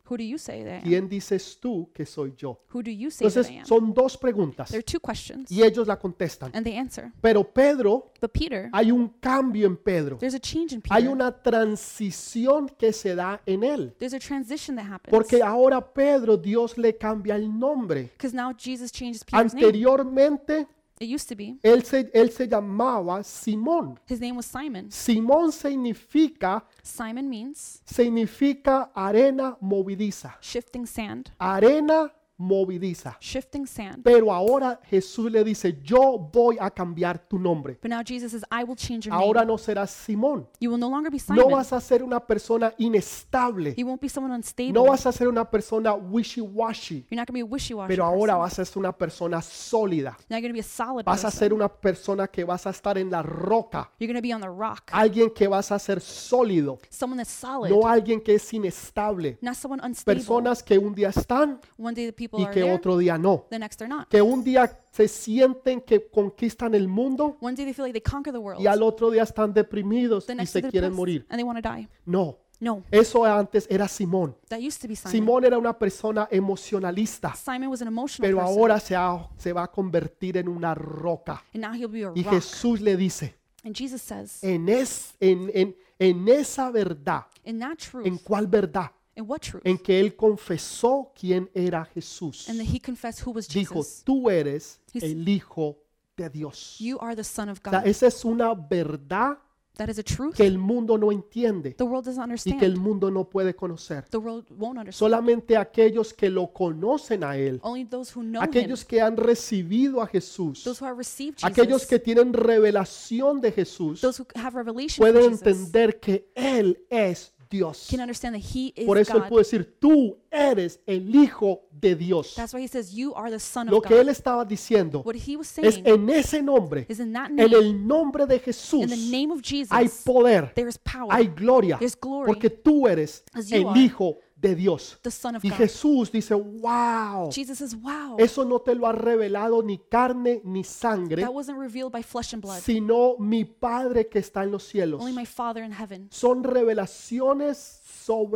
B: who do you say that I am?
A: ¿Quién dices tú que soy yo?
B: Who do you say that I am?
A: Entonces, son dos preguntas
B: There are two questions,
A: y ellos la contestan.
B: and they answer.
A: Pero Pedro,
B: But Peter,
A: hay un cambio en Pedro.
B: there's a change in Peter.
A: Ah. Hay una transición que se da en él.
B: There's a transition that happens.
A: Porque ahora Pedro, Dios le cambia el nombre.
B: Because now Jesus changes Peter's name.
A: Anteriormente,
B: It used to be,
A: él se, él se llamaba Simón.
B: his name was Simon.
A: Simón significa,
B: Simon means
A: significa arena movidiza.
B: shifting sand.
A: Arena movidiza.
B: Shifting sand.
A: Pero ahora Jesús le dice, yo voy a cambiar tu nombre.
B: But now Jesus says, I will change your name.
A: Ahora no serás Simón.
B: You will no longer be
A: No
B: Simon.
A: vas a ser una persona inestable.
B: You won't be someone
A: No
B: unstable.
A: vas a ser una persona wishy-washy.
B: You're not going to be a wishy-washy
A: Pero ahora
B: person.
A: vas a ser una persona sólida.
B: Now you're going to be a solid
A: Vas a
B: person.
A: ser una persona que vas a estar en la roca.
B: You're going to be on the rock.
A: Alguien que vas a ser sólido.
B: Someone that's solid.
A: Ah. No alguien que es inestable.
B: Not someone unstable.
A: Personas que un día están
B: One day the people
A: y
B: are
A: que
B: there,
A: otro día no.
B: the next they're not.
A: Que un día se sienten que conquistan el mundo
B: One day they feel like they conquer the world.
A: y al otro día están deprimidos
B: The
A: y
B: next
A: se
B: day they're
A: quieren
B: depressed,
A: morir.
B: and they want to die.
A: No.
B: No,
A: Eso antes era Simón.
B: that used to be Simon.
A: Simón era una persona emocionalista.
B: Simon was an emotional
A: pero
B: person,
A: ahora se, ha- se va a convertir en una roca.
B: and now he'll be a
A: Y
B: rock.
A: Jesús le dice,
B: And Jesus says,
A: en, es, en, en, en esa verdad,
B: in that
A: ¿en
B: truth,
A: cuál verdad?
B: in what truth?
A: En que él confesó quién era Jesús.
B: And that he confessed who was
A: Dijo,
B: Jesus.
A: tú eres
B: He's-
A: el Hijo de Dios.
B: You are the Son of
A: O sea,
B: God.
A: esa es una verdad
B: That is a truth
A: que el mundo no entiende
B: the world doesn't
A: y que el
B: understand.
A: mundo no puede conocer.
B: The world won't understand.
A: Solamente aquellos que lo conocen a Él,
B: Only those who know Him,
A: aquellos que han recibido a Jesús,
B: those who have received
A: aquellos
B: Jesus,
A: que tienen revelación de Jesús,
B: those who have revelation
A: pueden
B: from Jesus,
A: entender que Él es Dios.
B: can understand that He
A: Por
B: is
A: eso Él
B: God.
A: puede decir, tú eres el Hijo de Dios.
B: That's why He says, You are the Son
A: Lo
B: of
A: que
B: God.
A: Él estaba diciendo
B: What He was
A: es
B: saying
A: en ese nombre,
B: is in that
A: en
B: name,
A: el nombre de Jesús,
B: in the name of
A: hay
B: Jesus,
A: poder,
B: there is power,
A: hay gloria,
B: There's glory.
A: porque tú eres
B: As you
A: el
B: are.
A: Hijo de Dios.
B: the Son of
A: Y
B: God.
A: Jesús dice, wow,
B: Jesus says, Wow,
A: eso no te lo ha revelado ni carne ni sangre,
B: that wasn't revealed by flesh and blood,
A: sino mi Padre que está en los cielos.
B: only my Father in heaven.
A: Son revelaciones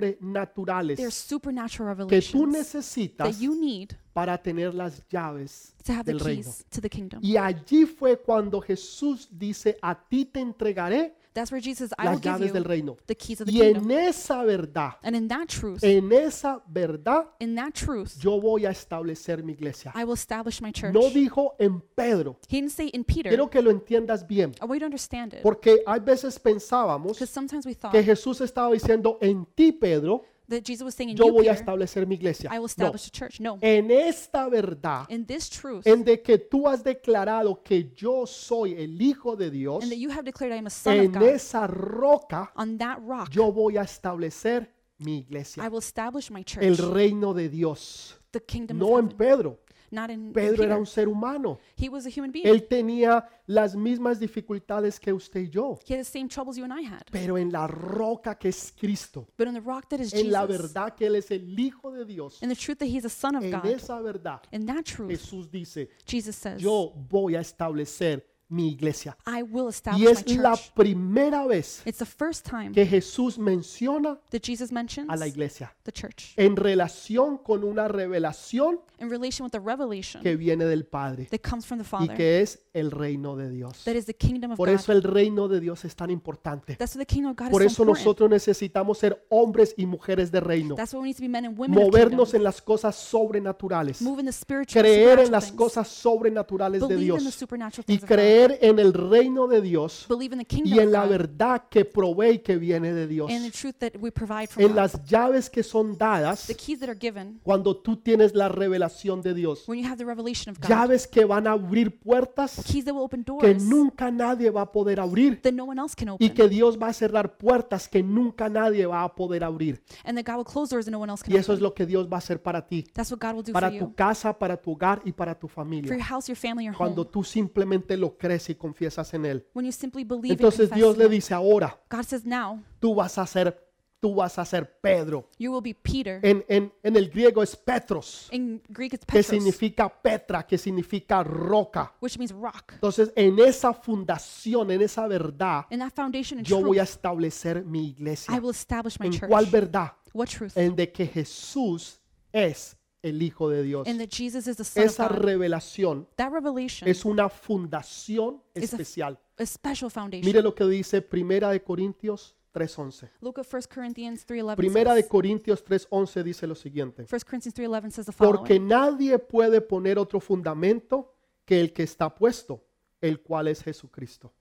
B: They are
A: sobrenaturales
B: supernatural
A: que tú
B: revelations
A: necesitas
B: that you need
A: para tener las llaves
B: to have the
A: del reino.
B: keys to the kingdom.
A: Y allí fue cuando Jesús dice, a ti te entregaré
B: That's where Jesus says, I will
A: las
B: give
A: llaves del
B: you
A: reino.
B: the keys of the
A: Y en
B: kingdom.
A: esa verdad,
B: And in that truth,
A: en esa verdad,
B: in that truth,
A: yo voy a establecer mi iglesia.
B: I will establish my church.
A: No dijo en Pedro.
B: He didn't say in Peter.
A: Quiero que lo entiendas bien,
B: I want you to understand it.
A: porque hay veces pensábamos
B: Because sometimes we thought
A: que Jesús estaba diciendo, en ti, Pedro,
B: that Jesus was saying, in
A: yo
B: you,
A: voy a
B: Peter,
A: establecer mi iglesia.
B: I will
A: No,
B: establish a church. No.
A: en esta verdad,
B: In this truth,
A: en de que tú has declarado que yo soy el Hijo de Dios,
B: and that you have declared I am a son of
A: en
B: God,
A: esa roca
B: on that rock,
A: yo voy a establecer mi
B: I
A: iglesia,
B: will establish my church,
A: el reino de Dios.
B: the kingdom of
A: No en
B: heaven.
A: Pedro.
B: Not in in
A: Pedro era
B: Peter.
A: un ser humano.
B: He was a human being.
A: Él tenía las mismas dificultades que usted y yo,
B: He had the same troubles you and I had.
A: pero en la roca que es Cristo,
B: But in the rock that is
A: en la
B: Jesus,
A: verdad que Él es el Hijo de Dios,
B: in the truth that He is a son of
A: en
B: God,
A: esa verdad
B: in that truth,
A: Jesús dice,
B: Jesus says,
A: yo voy a establecer mi iglesia.
B: I will
A: Y
B: establish my
A: es la
B: church.
A: primera vez
B: It's the first time
A: que Jesús menciona
B: that Jesus mentions
A: a la iglesia
B: the church
A: en relación con una revelación
B: in relation with the revelation
A: que viene del Padre
B: that comes from the
A: y
B: Father,
A: que es el reino de Dios.
B: that is the kingdom of
A: Por eso
B: God.
A: el reino de Dios es tan importante.
B: That's why the kingdom of God
A: Por
B: is
A: eso
B: so important.
A: nosotros necesitamos ser hombres y mujeres de reino,
B: That's why we need to be men and women of kingdom.
A: movernos en las cosas sobrenaturales,
B: Move in the spiritual
A: creer en
B: supernatural
A: las
B: things.
A: cosas sobrenaturales de
B: Believe in the
A: Dios
B: supernatural
A: y
B: things of God.
A: creer en el reino de Dios
B: Believe in the
A: y
B: kingdom
A: en
B: of
A: la
B: God
A: verdad que provee y que viene de Dios,
B: and the truth that we provide from
A: en
B: God.
A: las llaves que son dadas
B: The keys that are given
A: cuando tú tienes la revelación de Dios,
B: when you have the revelation of God.
A: llaves que van a abrir puertas
B: Keys that will open
A: que
B: doors
A: nunca nadie va a poder abrir
B: that no one else can
A: y
B: open.
A: que Dios va a cerrar puertas que nunca nadie va a poder abrir.
B: And that God will close doors that no one else can
A: Y eso es
B: open.
A: lo que Dios va a hacer para ti.
B: That's what God will do for
A: para tu
B: you.
A: casa, para tu hogar y para tu
B: For your
A: familia.
B: house, your family, your
A: Cuando
B: home.
A: tú simplemente lo crees y confiesas en Él.
B: When you simply believe and
A: Entonces Dios
B: confess.
A: le
B: Him.
A: dice, ahora
B: God says now,
A: tú vas a ser, tú vas a ser Pedro.
B: you will be Peter.
A: En, en- en el griego es Petros,
B: In Greek, it's
A: que
B: Petros,
A: significa Petra, que significa roca.
B: which means rock.
A: Entonces en esa fundación, en esa verdad,
B: In that foundation and
A: yo voy a
B: truth,
A: establecer mi
B: I
A: iglesia.
B: will establish my
A: ¿En cuál
B: church.
A: verdad?
B: What truth?
A: En de que Jesús es el Hijo de Dios.
B: And that Jesus is the Son of
A: Esa
B: God.
A: revelación
B: That revelation
A: es una fundación
B: It's a-
A: especial.
B: a special foundation.
A: Mire lo que dice Primera de Corintios 3:11.
B: Look at 1 Corinthians
A: Primera de
B: 3.11
A: Corintios 3:11 dice lo siguiente:
B: 1 Corinthians 3.11 says the
A: Porque
B: following.
A: nadie puede poner otro fundamento que el que está puesto, el cual es Jesucristo.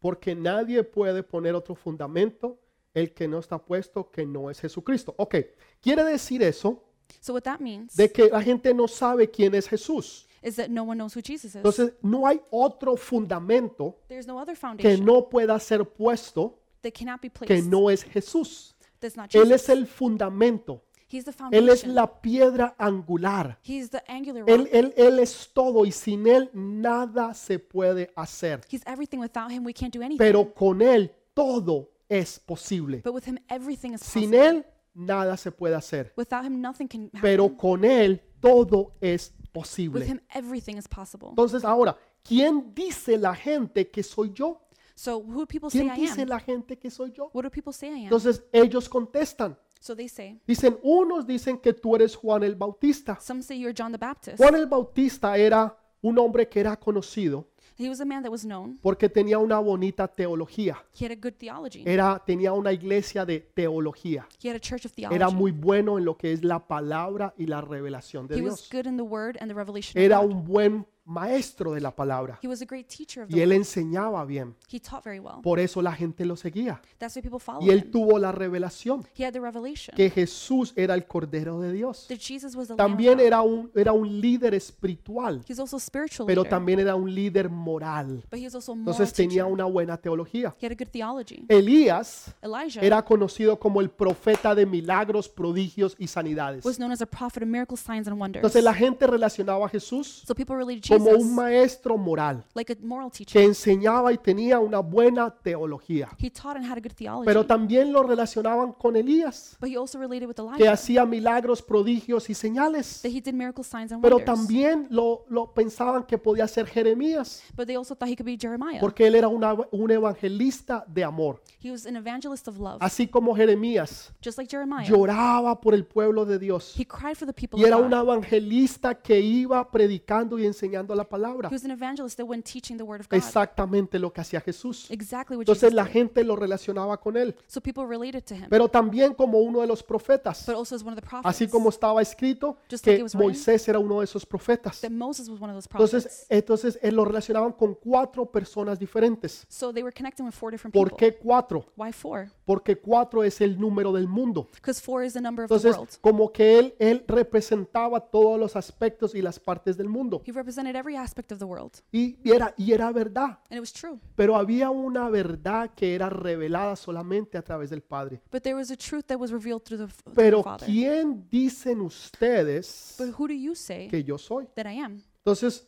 A: Porque nadie puede poner otro fundamento el que no está puesto, que no es Jesucristo. Ok, quiere decir eso
B: So what that means
A: de que la gente no sabe quién es Jesús.
B: is that no one knows who Jesus is.
A: Entonces, no hay otro fundamento
B: There's no other
A: que
B: foundation
A: no pueda ser puesto
B: that cannot be
A: que
B: placed.
A: no es Jesús.
B: That's not
A: Él es
B: Jesus.
A: el fundamento.
B: He's the
A: Él es
B: foundation.
A: la piedra angular.
B: He's the angular rock.
A: Él, él, él es todo y sin Él nada se puede hacer.
B: He's everything. Without him, we can't do anything.
A: Pero con Él todo es posible.
B: But with him, everything is
A: Sin
B: possible.
A: Él nada se puede hacer.
B: Without him, nothing can happen.
A: Pero con Él todo es
B: With
A: posible.
B: him, everything is possible.
A: Entonces ahora, ¿quién dice la gente que soy yo?
B: So who do people say
A: ¿Quién
B: I
A: dice
B: am?
A: la gente que soy yo?
B: What do people say I am?
A: Entonces ellos contestan.
B: So they say,
A: Dicen, unos dicen que tú eres Juan el Bautista.
B: some say you're John the Baptist.
A: Juan el Bautista era un hombre que era conocido
B: He was a man that was known.
A: porque tenía una bonita teología.
B: He had a good theology.
A: Era, tenía una iglesia de teología.
B: He had a church of theology.
A: Era muy bueno en lo que es la palabra y la revelación de
B: he
A: Dios.
B: was good in the word and the revelation.
A: Era
B: of God.
A: un buen maestro de la palabra
B: He was a great teacher of the
A: y él
B: word.
A: enseñaba bien.
B: He taught very well.
A: Por eso la gente lo seguía.
B: That's why people followed
A: Y él
B: him.
A: tuvo la revelación
B: He had the revelation
A: que Jesús era el Cordero de Dios.
B: that Jesus was the Lamb of
A: También
B: God.
A: era un, era un líder espiritual,
B: He's also a spiritual
A: pero
B: leader,
A: también era un líder moral.
B: but he was also a moral
A: Entonces tenía
B: teacher.
A: una buena teología.
B: He had a good theology.
A: Elías
B: Elijah
A: era conocido como el profeta de milagros, prodigios y sanidades.
B: was known as a prophet of miracles, signs, and wonders.
A: Entonces la gente relacionaba a Jesús
B: so people related
A: como un
B: pues. Jesus
A: maestro moral
B: like a moral teacher.
A: que enseñaba y tenía una buena teología.
B: He taught and had a good theology,
A: Pero también lo relacionaban con Elías,
B: but he also related with
A: que
B: Elijah
A: hacía milagros, prodigios y señales.
B: that he did miracles, signs, and
A: Pero
B: wonders.
A: también lo, lo pensaban que podía ser Jeremías,
B: but they also thought he could be Jeremiah.
A: porque él era una- un evangelista de amor.
B: He was an evangelist of love,
A: Así como Jeremías
B: just like Jeremiah.
A: lloraba por el pueblo de Dios.
B: He cried for the people
A: y
B: of
A: era
B: God.
A: un evangelista que iba predicando y enseñando la palabra.
B: He was an evangelist that went teaching the word of God.
A: Exactamente lo que hacía Jesús.
B: Exactly what Jesus
A: Entonces la
B: did.
A: gente lo relacionaba con él,
B: So people related to him,
A: pero también como uno de los profetas.
B: but also as one of the prophets.
A: Así como estaba escrito
B: Just like
A: que
B: it was written.
A: Moisés era uno de esos profetas.
B: that Moses was one of those prophets.
A: Entonces, entonces él lo relacionaban con cuatro personas diferentes.
B: so they were connecting with four different
A: ¿Por
B: people.
A: qué cuatro?
B: Why four?
A: Porque cuatro es el número del mundo.
B: Because four is the number of the
A: Entonces,
B: world.
A: como que él, él representaba todos los aspectos y las partes del mundo.
B: He represented every aspect of the world,
A: Y y era, y era verdad.
B: and it was true.
A: Pero había una verdad que era revelada solamente a través del Padre.
B: But there was a truth that was revealed through the, through the
A: Pero
B: Father.
A: ¿quién dicen ustedes
B: But who do you say
A: que yo soy?
B: that I am?
A: Entonces,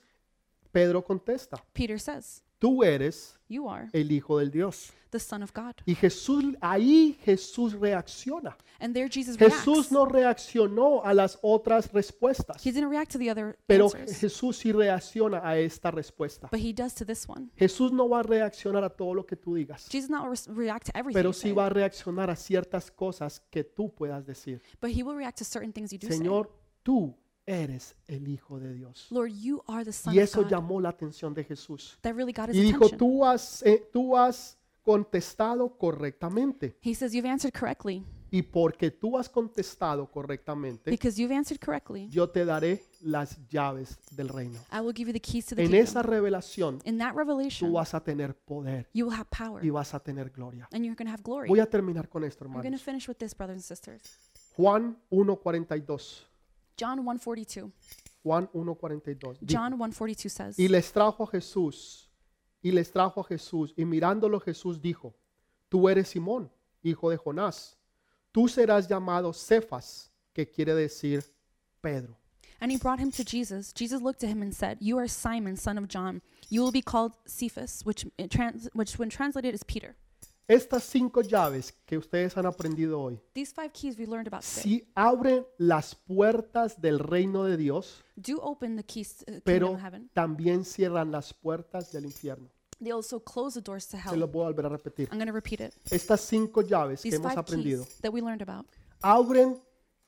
A: Pedro contesta,
B: Peter says,
A: tú eres
B: You are
A: el Hijo del Dios.
B: the Son of God.
A: Y Jesús, ahí Jesús reacciona.
B: And there Jesus
A: Jesús
B: reacts.
A: no reaccionó a las otras respuestas,
B: He didn't react to the other
A: pero
B: answers,
A: Jesús sí reacciona a esta respuesta.
B: but he does to this one.
A: Jesús no va a reaccionar a todo lo que tú digas,
B: Jesus not re- react to everything,
A: pero
B: you
A: sí
B: say,
A: va a reaccionar a ciertas cosas que tú puedas decir.
B: but he will react to certain things you do say.
A: Señor, tú eres el Hijo de Dios.
B: Lord, you are the Son
A: Y eso
B: of God.
A: llamó la atención de Jesús.
B: That really got his
A: Y dijo,
B: attention.
A: tú has, eh, tú has contestado correctamente.
B: He says, You've answered correctly.
A: Y porque tú has contestado correctamente,
B: Because you've answered correctly,
A: yo te daré las llaves del reino.
B: I will give you the keys to the
A: En
B: kingdom.
A: esa revelación,
B: In that
A: tú
B: revelation,
A: vas a tener poder
B: you will have power
A: y vas a tener gloria.
B: and you're going to have glory.
A: Voy a terminar con esto,
B: I'm going to
A: hermanos.
B: finish with this, brothers and sisters.
A: Juan 1.42.
B: John 142.
A: Juan 1.42. dijo,
B: John 142 says,
A: Y les trajo a Jesús, y les trajo a Jesús, y mirándolo Jesús dijo, tú eres Simón, hijo de Jonás, tú serás llamado Cefas, que quiere decir Pedro.
B: And he brought him to Jesus. Jesus looked at him and said, You are Simon, son of John. You will be called Cephas, which, it trans- which when translated is Peter.
A: Estas cinco llaves que ustedes han aprendido hoy,
B: These five keys we learned about today
A: si abren las puertas del reino de Dios,
B: do open the keys to uh, kingdom
A: pero
B: of heaven.
A: también cierran las puertas del infierno.
B: They also close the doors to
A: Se los
B: hell.
A: voy a volver a repetir.
B: I'm going to repeat it.
A: Estas cinco llaves que
B: Oh. These
A: hemos
B: five
A: aprendido
B: keys that we learned about,
A: abren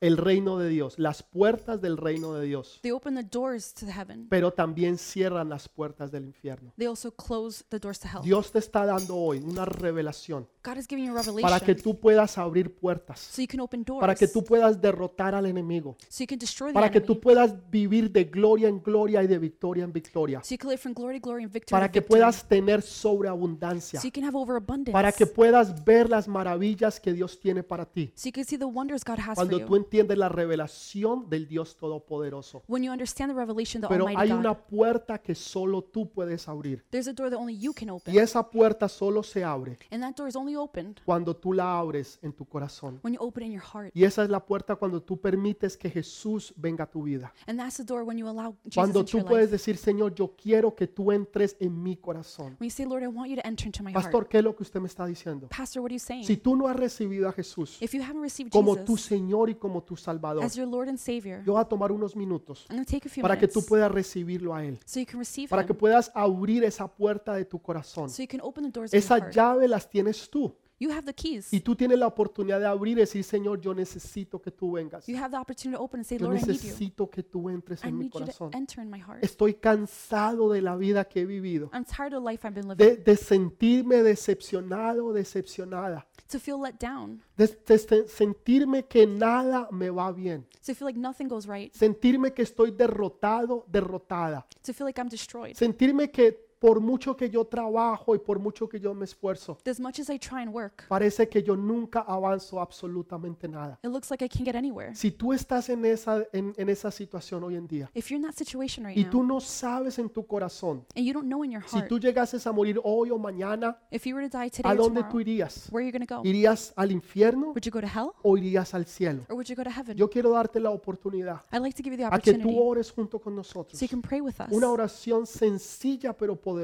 A: el reino de Dios, las puertas del reino de Dios.
B: they open the doors to heaven.
A: pero también cierran las puertas del infierno.
B: They also close the doors to hell.
A: Dios te está dando hoy una revelación
B: God is giving you a
A: para que
B: revelation
A: tú puedas abrir puertas,
B: so you can open doors,
A: para que tú puedas derrotar al enemigo,
B: so you can destroy the
A: para que
B: enemy,
A: tú puedas vivir de gloria en gloria y de victoria en victoria,
B: so you can live from glory to glory and victory
A: para
B: to
A: que
B: victory,
A: puedas tener sobreabundancia,
B: so you can have overabundance,
A: para que puedas ver las maravillas que Dios tiene para ti.
B: so you can see the wonders God has for
A: Cuando
B: you.
A: tú entiendes la revelación del Dios Todopoderoso.
B: when you understand the revelation of the
A: Pero
B: Almighty
A: hay
B: Oh, God,
A: una puerta que solo tú puedes abrir.
B: there's a door that only you can open,
A: Y esa puerta solo se abre
B: and that door is only opened
A: cuando tú la abres en tu corazón.
B: when you open it in your heart,
A: Y esa es la puerta cuando tú permites que Jesús venga a tu vida.
B: and that's the door when you allow Jesus
A: Cuando
B: into
A: tú
B: your
A: puedes
B: life.
A: decir, Señor, yo quiero que tú entres en mi corazón.
B: When you say, Lord, I want you to enter into my heart,
A: Pastor, ¿qué es lo que usted me está diciendo?
B: Pastor, what are you saying?
A: Si tú no has recibido a Jesús
B: if you haven't received
A: como tu
B: Jesus
A: Señor y como tu Salvador,
B: as your Lord and Savior,
A: yo voy a tomar unos minutos
B: I'm going to take a few
A: para que
B: minutes
A: tú puedas recibirlo a Él,
B: so you can receive
A: para
B: Him,
A: que puedas abrir esa puerta de tu corazón.
B: so you can open the doors of your
A: Esas
B: heart.
A: llaves las tienes tú,
B: You have the keys.
A: Y tú tienes la oportunidad de abrir y decir, Señor, yo necesito que tú vengas.
B: You have the opportunity to open and say,
A: Yo
B: Lord, I need you.
A: necesito que tú entres
B: I
A: en mi
B: need you to
A: corazón.
B: enter in my heart.
A: Estoy cansado de la vida que he vivido.
B: I'm tired of life I've been living.
A: De, de sentirme decepcionado, decepcionada.
B: To feel let down.
A: De, de se- sentirme que nada me va bien.
B: To feel like nothing goes right.
A: Sentirme que estoy derrotado, derrotada.
B: To feel like I'm destroyed.
A: Sentirme que por mucho que yo trabajo y por mucho que yo me esfuerzo,
B: As much as I try and work,
A: parece que yo nunca avanzo absolutamente nada.
B: it looks like I can't get anywhere.
A: Si tú estás en esa, en, en esa situación hoy en día
B: If you're in that situation right
A: y tú
B: now
A: no sabes en tu corazón,
B: and you don't know in your
A: si
B: heart
A: tú llegases a morir hoy o mañana,
B: if you were to die today
A: ¿a
B: or
A: dónde tú
B: tomorrow,
A: irías?
B: where you're going to go.
A: ¿Irías al infierno
B: Would you go to hell
A: o irías al cielo?
B: or would you go to heaven?
A: Yo quiero darte la oportunidad
B: I'd like to give you the
A: a que tú
B: opportunity
A: ores junto con nosotros.
B: so you can pray with us.
A: Una oración sencilla pero poderosa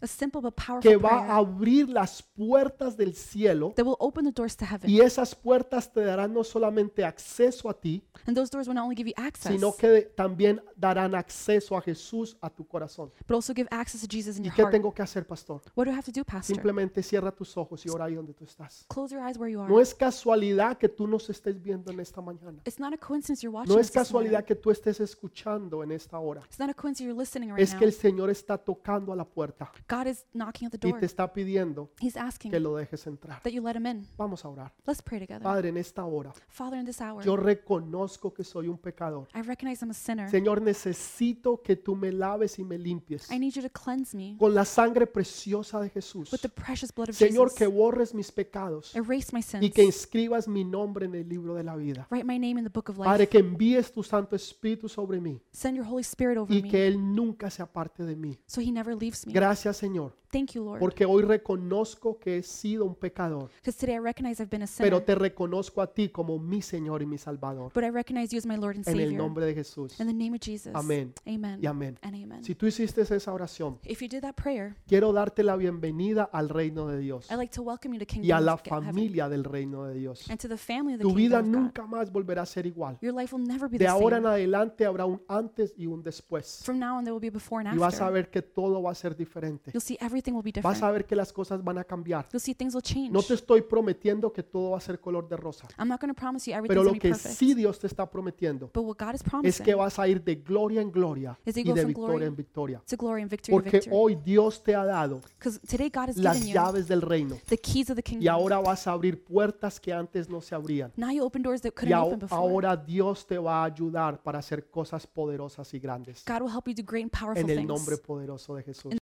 B: A simple but
A: que
B: powerful
A: va a
B: prayer
A: abrir las puertas del cielo
B: that will open the doors to heaven.
A: y esas puertas te darán no solamente acceso a ti,
B: And those doors will not only give you access,
A: sino que de- también darán acceso a Jesús a tu corazón.
B: but also give access to Jesus in
A: ¿Y
B: your
A: qué
B: heart.
A: tengo que hacer, pastor?
B: What do I have to do, Pastor?
A: Simplemente cierra tus ojos y ora ahí donde tú estás.
B: Close your eyes where you
A: No
B: are.
A: es casualidad que tú nos estés viendo en esta mañana.
B: It's not a coincidence you're watching
A: No es
B: us this morning.
A: casualidad que tú estés escuchando en esta hora.
B: It's not a coincidence you're listening right
A: Es que
B: now.
A: el Señor está tocando a la puerta
B: God is knocking at the
A: y
B: door.
A: te está pidiendo
B: He's
A: que
B: asking
A: lo dejes entrar.
B: that you let him in.
A: Vamos a orar.
B: Let's pray together.
A: Padre, en esta hora
B: Father, in this hour,
A: yo reconozco que soy un pecador.
B: I recognize I'm a sinner.
A: Señor, necesito que tú me laves y me limpies
B: I need you to cleanse me
A: con la sangre preciosa de Jesús.
B: with the precious blood of
A: Señor, que
B: Jesus.
A: borres mis pecados
B: Erase my
A: y
B: sins.
A: que inscribas mi nombre en el libro de la vida.
B: Write my name in the book of
A: Padre,
B: life.
A: que envíes tu Santo Espíritu sobre mí
B: Send your Holy Spirit over
A: y
B: me
A: que Él nunca se aparte de mí.
B: so he never leaves me.
A: Gracias, Señor,
B: Thank you, Lord.
A: porque hoy reconozco que he sido un pecador,
B: Because today I recognize I've been a
A: pero
B: sinner,
A: te reconozco a ti como mi Señor y mi Salvador.
B: but I recognize you as my Lord and
A: En el
B: Savior.
A: nombre de Jesús.
B: In the name of Jesus.
A: Amén.
B: Amen.
A: Y amén.
B: And amen.
A: Si tú hiciste esa oración,
B: If you did that prayer,
A: quiero darte la bienvenida al reino de Dios
B: I'd like to welcome you to
A: y a
B: Kingdom
A: la
B: of Ge- Heaven
A: familia del reino de Dios.
B: and to the family of the
A: Tu vida
B: Kingdom of God.
A: nunca más volverá a ser igual.
B: Your life will never be
A: De
B: the
A: ahora en
B: same.
A: adelante habrá un antes y un después.
B: From now on, there will be a before and
A: Y vas a
B: after.
A: ver que todo va a ser diferente.
B: You'll see everything will be
A: Vas a
B: different.
A: ver que las cosas van a cambiar.
B: You'll see things will
A: No
B: change.
A: te estoy prometiendo que todo va a ser color de rosa,
B: I'm not going to promise you
A: pero
B: everything's
A: lo
B: going to be
A: que sí
B: perfect.
A: Dios te está prometiendo
B: But what God is
A: es que
B: promising
A: vas a ir de gloria en gloria
B: As you
A: y
B: go
A: de
B: from
A: victoria
B: glory
A: en victoria.
B: to glory and victory and
A: Porque
B: victory.
A: hoy Dios te ha dado
B: Because today God has
A: las
B: given you Mm-hmm.
A: llaves del reino
B: the keys of the
A: y
B: kingdom.
A: ahora vas a abrir puertas que antes no se abrían.
B: Now you open doors that
A: Y
B: couldn't open
A: ao-
B: before.
A: ahora Dios te va a ayudar para hacer cosas poderosas y grandes
B: God will help you do great and powerful
A: en el
B: things.
A: nombre poderoso de Jesús.